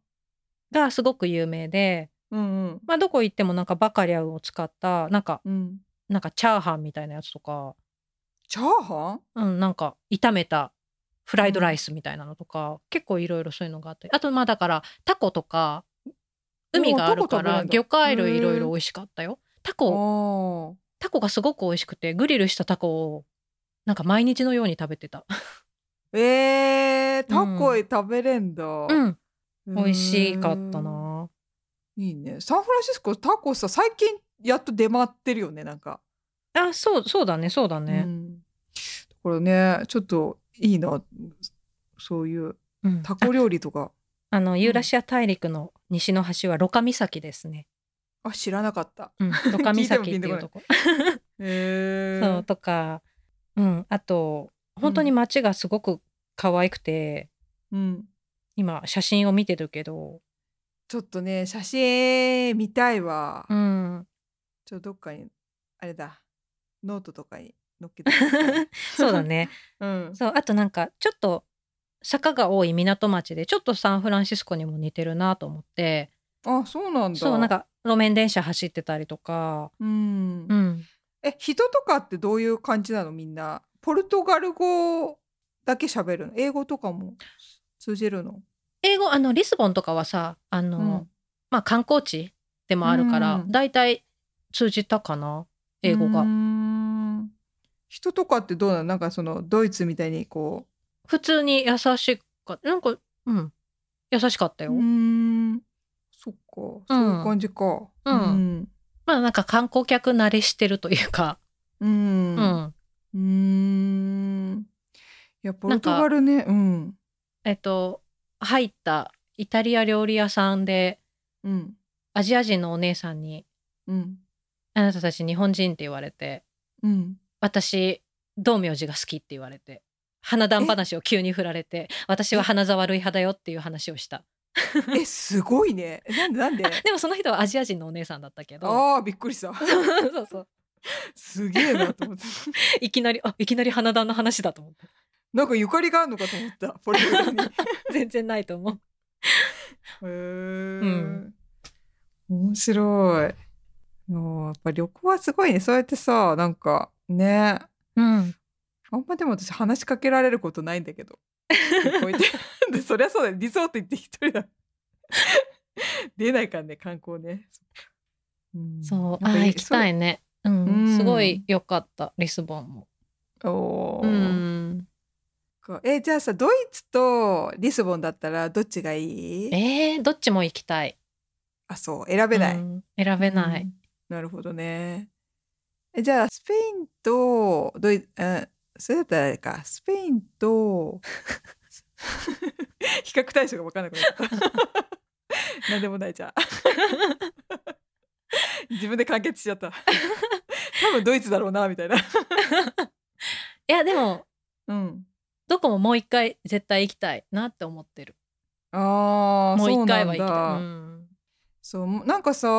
[SPEAKER 2] がすごく有名で、
[SPEAKER 1] うんうん。
[SPEAKER 2] まあ、どこ行ってもなんかバカリャウを使ったなんか
[SPEAKER 1] うん。
[SPEAKER 2] なんかチャーハンみたいなやつとか、
[SPEAKER 1] チャーハン
[SPEAKER 2] うん、なんか炒めたフライドライスみたいなのとか、結構いろいろそういうのがあってあとまあだからタコとか海があるか
[SPEAKER 1] おータコ食べ
[SPEAKER 2] ら
[SPEAKER 1] るんだ
[SPEAKER 2] 魚介類いろいろ美味しかったよ。タコ
[SPEAKER 1] お
[SPEAKER 2] タコがすごく美味しくてグリルしたタコをなんか毎日のように食べてた。
[SPEAKER 1] えー、タコイ食べれんだ。
[SPEAKER 2] う
[SPEAKER 1] うんん
[SPEAKER 2] 美味しかった。ない
[SPEAKER 1] いね。サンフランシスコタコさ最近やっと出回ってるよねなんか。
[SPEAKER 2] あそうそうだねそうだ
[SPEAKER 1] う
[SPEAKER 2] ね、
[SPEAKER 1] ん、だからねちょっといいなそういう
[SPEAKER 2] うん
[SPEAKER 1] タコ料理とか
[SPEAKER 2] ああのユーラシア大陸の西の端はロカ岬ですね、
[SPEAKER 1] あ知らなかった。
[SPEAKER 2] うん、ロカ岬っていうとこ
[SPEAKER 1] へえ。
[SPEAKER 2] そうとか、うん、あと本当に街がすごく可愛くて、
[SPEAKER 1] うん。
[SPEAKER 2] 今写真を見てるけど、
[SPEAKER 1] ちょっとね写真見たいわ。
[SPEAKER 2] うん、
[SPEAKER 1] ちょっとどっかにあれだノートとかに載っけてください。
[SPEAKER 2] *laughs* そう
[SPEAKER 1] *laughs*
[SPEAKER 2] だね
[SPEAKER 1] うん。
[SPEAKER 2] そうあとなんかちょっと坂が多い港町でちょっとサンフランシスコにも似てるなと思って
[SPEAKER 1] あそうなんだ。
[SPEAKER 2] そうなん。か路面電車走ってたりとか、
[SPEAKER 1] うん
[SPEAKER 2] う。ん、
[SPEAKER 1] え人とかってどういう感じなのみんなポルトガル語だけ喋るの英語とかも通じるの、
[SPEAKER 2] 英語あのリスボンとかはさあの、まあ観光地でもあるから、
[SPEAKER 1] うん
[SPEAKER 2] だいたい通じたかな英語
[SPEAKER 1] うー
[SPEAKER 2] が。
[SPEAKER 1] ん人とかってどうなのなんかそのドイツみたいにこ
[SPEAKER 2] 普通に優しかなんかうん優しかった
[SPEAKER 1] う
[SPEAKER 2] よ。
[SPEAKER 1] うーんそっかそういう感じか
[SPEAKER 2] うんまあなんか観光客慣れしてるというか、
[SPEAKER 1] うんう
[SPEAKER 2] うんん、
[SPEAKER 1] うーんいやポ
[SPEAKER 2] な
[SPEAKER 1] ル
[SPEAKER 2] んか
[SPEAKER 1] トガルねうん
[SPEAKER 2] えっと入ったイタリア料理屋さんで
[SPEAKER 1] うん
[SPEAKER 2] アジア人のお姉さんに
[SPEAKER 1] うん
[SPEAKER 2] 「あなたたち日本人」って言われて
[SPEAKER 1] うん
[SPEAKER 2] 「私道明寺が好き」って言われて花壇話を急に振られて「私は花沢類派だよ」っていう話をした。
[SPEAKER 1] えすごいねえなんで
[SPEAKER 2] *laughs*
[SPEAKER 1] なんで
[SPEAKER 2] でもその人はアジア人のお姉さんだったけど。
[SPEAKER 1] ああびっくりした
[SPEAKER 2] *laughs* そうそう
[SPEAKER 1] すげえなと思って
[SPEAKER 2] いきなりあいきなり花壇の話だと思って
[SPEAKER 1] *laughs*
[SPEAKER 2] *laughs*
[SPEAKER 1] なんかゆかりがあるのかと思った。ポルトガルに。へ
[SPEAKER 2] 全然ないと思う。
[SPEAKER 1] え、
[SPEAKER 2] ん
[SPEAKER 1] 面白い。もうやっぱ旅行はすごいね。そうやってさ、なんかね、
[SPEAKER 2] うん、
[SPEAKER 1] あんまでも私話しか
[SPEAKER 2] *laughs*
[SPEAKER 1] けられることないんだけど。旅行行って *laughs* でそりゃそうだよ。リゾート行って一人だ。出ないからね観光ね。うん
[SPEAKER 2] そう
[SPEAKER 1] な
[SPEAKER 2] あ
[SPEAKER 1] んか
[SPEAKER 2] ー行きたいねうん、
[SPEAKER 1] うん
[SPEAKER 2] すごい良かったリスボンも
[SPEAKER 1] それお
[SPEAKER 2] う
[SPEAKER 1] ー
[SPEAKER 2] ん
[SPEAKER 1] こうえじゃあさドイツとリスボンだったらどっちがいい
[SPEAKER 2] えー、どっちも行きたい
[SPEAKER 1] あそう選べない、
[SPEAKER 2] うん選べない、
[SPEAKER 1] うんなるほどねえじゃあスペインとドイツ、うん、それだったらあれかスペイン
[SPEAKER 2] *laughs*
[SPEAKER 1] と比較対象が分かんなくなった何でもないじゃ
[SPEAKER 2] *laughs*
[SPEAKER 1] ん自分で完結しちゃった多分ドイツだろうなみたいな
[SPEAKER 2] いやでも
[SPEAKER 1] うん
[SPEAKER 2] どこももう一回絶対行きたいなって思ってる
[SPEAKER 1] あー
[SPEAKER 2] もう
[SPEAKER 1] そな
[SPEAKER 2] 一回
[SPEAKER 1] ん
[SPEAKER 2] は行き
[SPEAKER 1] だ
[SPEAKER 2] たい、うん
[SPEAKER 1] そうなんかさ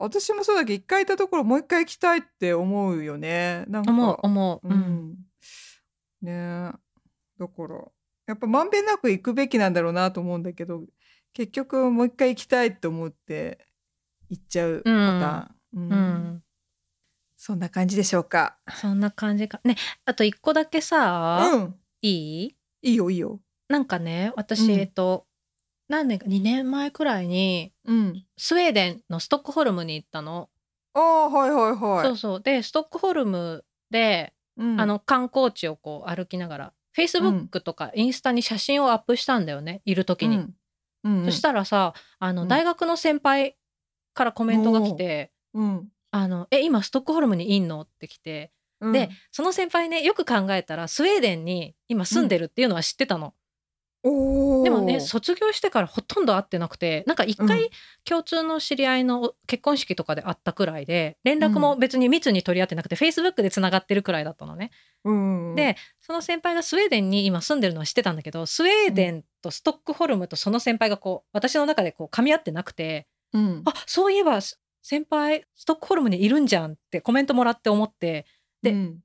[SPEAKER 1] 私もそうだけど一回行ったところもう一回行きたいって思うよねなんか
[SPEAKER 2] 思う思う、
[SPEAKER 1] う
[SPEAKER 2] うん
[SPEAKER 1] ん、ねえだからやっぱまんべんなく行くべきなんだろうなと思うんだけど結局もう一回行きたいって思って行っちゃうパターン、うん
[SPEAKER 2] うん
[SPEAKER 1] そんな感じでしょうか
[SPEAKER 2] そんな感じかねあと一個だけさ、
[SPEAKER 1] うん
[SPEAKER 2] いい
[SPEAKER 1] いいよいいよ
[SPEAKER 2] なんかね私、
[SPEAKER 1] うん
[SPEAKER 2] えっと何年か2年前くらいに
[SPEAKER 1] うん
[SPEAKER 2] スウェーデンのストックホルムに行ったの、
[SPEAKER 1] ああはいはいはい
[SPEAKER 2] そうそうでストックホルムで、
[SPEAKER 1] うん
[SPEAKER 2] あの観光地をこう歩きながら Facebook とかインスタに写真をアップしたんだよねいる時に、
[SPEAKER 1] うんうんうん
[SPEAKER 2] そしたらさあの、
[SPEAKER 1] うん
[SPEAKER 2] 大学の先輩からコメントが来て
[SPEAKER 1] うん
[SPEAKER 2] 「あのえ今ストックホルムにいんの?」って来て
[SPEAKER 1] うん
[SPEAKER 2] でその先輩ねよく考えたらスウェーデンに今住んでるっていうのは知ってたの、
[SPEAKER 1] おー
[SPEAKER 2] でもね卒業してからほとんど会ってなくてなんか一
[SPEAKER 1] う
[SPEAKER 2] 回共通の知り合いの結婚式とかで会ったくらいで連絡も別に密に取り合ってなくて、Facebook でつながってるくらいだったのね
[SPEAKER 1] うんうん
[SPEAKER 2] でその先輩がスウェーデンに今住んでるのは知ってたんだけどスウェーデンとストックホルムとその先輩がこう私の中でこう噛み合ってなくて
[SPEAKER 1] うん
[SPEAKER 2] あそういえばす先輩ストックホルムにいるんじゃんってコメントもらって思ってで
[SPEAKER 1] うん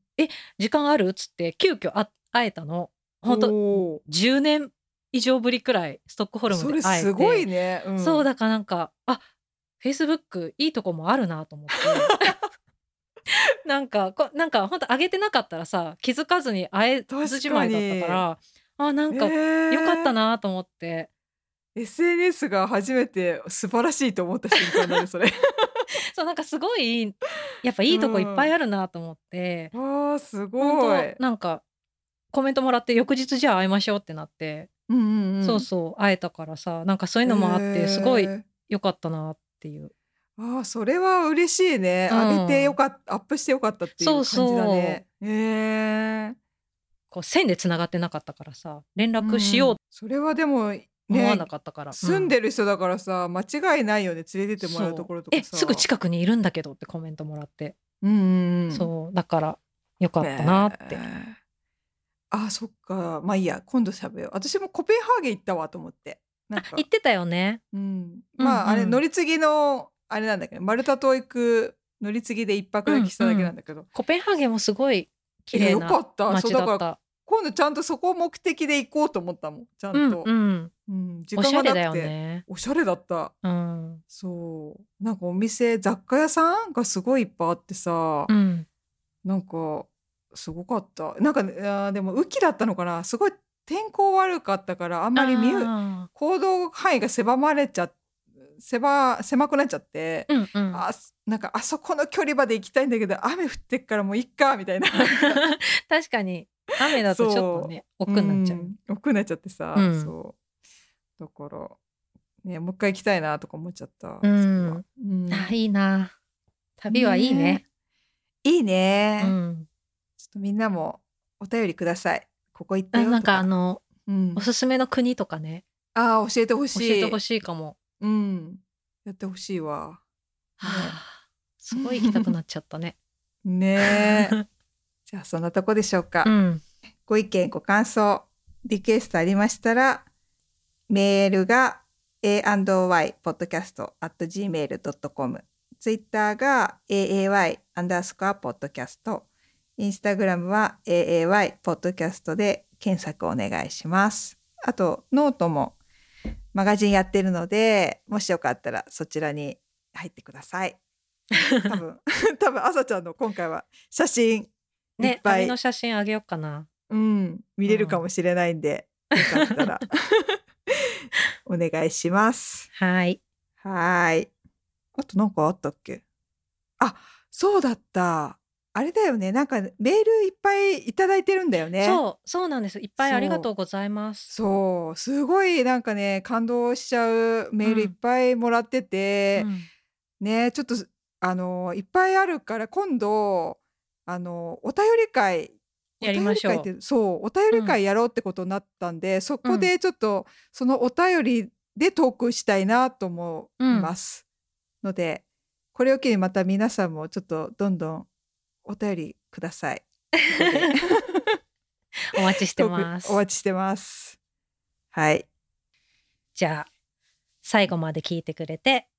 [SPEAKER 2] 時間あるっつって急遽あ会えたの本当
[SPEAKER 1] お
[SPEAKER 2] 10年以上ぶりくらいストックホ
[SPEAKER 1] ー
[SPEAKER 2] ル
[SPEAKER 1] そ
[SPEAKER 2] ムで
[SPEAKER 1] れ
[SPEAKER 2] 会えて
[SPEAKER 1] すごいね、ん
[SPEAKER 2] そうだからなんかあフェイスブックいいとこもあるなと思って
[SPEAKER 1] *laughs*
[SPEAKER 2] なんかこなんか本当上げてなかったらさ気づかずに会えずじまいだったからあなんか
[SPEAKER 1] え
[SPEAKER 2] よ
[SPEAKER 1] ー
[SPEAKER 2] かったなと思って、
[SPEAKER 1] SNS が初めて素晴らしいと思った瞬間だねそれ
[SPEAKER 2] *laughs* そうなんかすごいやっぱいいとこいっぱいあるなと思って、
[SPEAKER 1] わあすごい
[SPEAKER 2] 本当なんかコメントもらって翌日じゃあ会いましょうってなって、
[SPEAKER 1] うんうんうん
[SPEAKER 2] そうそう会えたからさなんかそういうのもあっ
[SPEAKER 1] へ
[SPEAKER 2] て
[SPEAKER 1] ー
[SPEAKER 2] すごいよかったなっていう
[SPEAKER 1] ああそれは嬉しいね、
[SPEAKER 2] うん
[SPEAKER 1] 上げてよかったアップしてよかったっていう感じだねへえ
[SPEAKER 2] こう線でつながってなかったからさ連
[SPEAKER 1] うん
[SPEAKER 2] 絡しよう
[SPEAKER 1] それはでもね
[SPEAKER 2] と思わなかったから、
[SPEAKER 1] 住んでる人だからさ間違いないよね連れてってもらう
[SPEAKER 2] そう
[SPEAKER 1] ところとか
[SPEAKER 2] え
[SPEAKER 1] さ
[SPEAKER 2] すぐ近くにいるんだけどってコメントもらって、
[SPEAKER 1] うんうんうん
[SPEAKER 2] そうだからよかったなって、
[SPEAKER 1] へえあそっかまあいいや今度しゃべよう私もコペンハーゲン行ったわと思ってなんか
[SPEAKER 2] あ言ってたよね
[SPEAKER 1] うん、まあ、
[SPEAKER 2] うんうん
[SPEAKER 1] あれ乗り継ぎのあれなんだけどマルタ島行く乗り継ぎで一泊だけしただけなんだけど、
[SPEAKER 2] コペンハーゲンもすごい綺
[SPEAKER 1] いや
[SPEAKER 2] 麗
[SPEAKER 1] よか
[SPEAKER 2] な
[SPEAKER 1] ったそう
[SPEAKER 2] 街
[SPEAKER 1] だ
[SPEAKER 2] だ
[SPEAKER 1] か
[SPEAKER 2] っ
[SPEAKER 1] ら
[SPEAKER 2] た
[SPEAKER 1] 今度ちゃんとそこを目的で行こうと思ったもんちゃん
[SPEAKER 2] うん
[SPEAKER 1] と、
[SPEAKER 2] うん
[SPEAKER 1] うん時
[SPEAKER 2] おしゃ
[SPEAKER 1] 間
[SPEAKER 2] れ
[SPEAKER 1] が
[SPEAKER 2] だ
[SPEAKER 1] な
[SPEAKER 2] よ
[SPEAKER 1] くて
[SPEAKER 2] ね
[SPEAKER 1] おしゃれだった
[SPEAKER 2] うん
[SPEAKER 1] そうなんかお店雑貨屋さんがすごいいっぱいあってさ、
[SPEAKER 2] うん
[SPEAKER 1] なんかすごかったなんかあーでも雨季だったのかなすごい天候悪かったからあんまり見る
[SPEAKER 2] あ
[SPEAKER 1] 行動範囲が狭まれちゃ狭狭くなっちゃって、
[SPEAKER 2] ーうんうん
[SPEAKER 1] あすなんかあそこの距離まで行きたいんだけど雨降ってっからもういっかみたいな
[SPEAKER 2] *laughs* 確かに雨だとちょっとね *laughs* 奥になっちゃう、
[SPEAKER 1] ん億になっちゃってさ、
[SPEAKER 2] うん
[SPEAKER 1] そうだからねもう一回行きたいなとか思っちゃった、
[SPEAKER 2] うん
[SPEAKER 1] それはうん
[SPEAKER 2] あいいな旅はいいね
[SPEAKER 1] いいね、
[SPEAKER 2] うん
[SPEAKER 1] ちょっとみんなもお便りくださいここ行った
[SPEAKER 2] あ
[SPEAKER 1] よとか
[SPEAKER 2] なんかあの
[SPEAKER 1] うん
[SPEAKER 2] お、すすめの国とかね
[SPEAKER 1] あー教えてほし
[SPEAKER 2] 教
[SPEAKER 1] い
[SPEAKER 2] えてほしいかも
[SPEAKER 1] うん、やってほしいわ
[SPEAKER 2] はあ *laughs* すごい行きたくなっちゃった *laughs* ね
[SPEAKER 1] ね
[SPEAKER 2] *laughs*
[SPEAKER 1] えじゃあそんなとこでしょうか、
[SPEAKER 2] うん
[SPEAKER 1] ご意見、ご感想、リクエストありましたら、メールが a&ypodcast.gmail.com、ツイッターが aay アンダースコアポッドキャスト、インスタグラムは aay ポッドキャストで検索お願いします。あと、ノートもマガジンやってるので、もしよかったらそちらに入ってください。多分、多分、朝ちゃんの今回は写真いっ
[SPEAKER 2] ね、
[SPEAKER 1] ぱい
[SPEAKER 2] 旅の写真あげようかな。
[SPEAKER 1] うん、見れるかもしれないんで、よかったらお願いします。
[SPEAKER 2] はい。
[SPEAKER 1] はーい。あとなんかあったっけあ、そうだった。あれだよね。なんかメールいっぱいいただいてるんだよね。う。
[SPEAKER 2] そう、そうなんです。いっぱい
[SPEAKER 1] そう
[SPEAKER 2] ありがとうございます。
[SPEAKER 1] そう。すごいなんかね、感動しちゃうメールいっぱいもらってて、
[SPEAKER 2] うん
[SPEAKER 1] ね、ちょっと、あの、いっぱいあるから今度、あの、お便り会、
[SPEAKER 2] やりましょう
[SPEAKER 1] お便り会ってそう、お便り会やろうってことになったんで、そこでちょっと、そのお便りでトークしたいなと思います。ので、これを機にまた皆さんもちょっとどんどんお便りくださ *laughs* い。
[SPEAKER 2] お待ちしてま
[SPEAKER 1] トー
[SPEAKER 2] す
[SPEAKER 1] クお。待ちしてます。はい。
[SPEAKER 2] じゃあ、最後まで聞いてくれて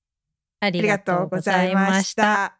[SPEAKER 2] あ
[SPEAKER 1] あ
[SPEAKER 2] り
[SPEAKER 1] り
[SPEAKER 2] が
[SPEAKER 1] が
[SPEAKER 2] と
[SPEAKER 1] とう
[SPEAKER 2] うご
[SPEAKER 1] ご
[SPEAKER 2] ざ
[SPEAKER 1] ざ
[SPEAKER 2] い
[SPEAKER 1] い
[SPEAKER 2] ま
[SPEAKER 1] ま
[SPEAKER 2] し。
[SPEAKER 1] したた。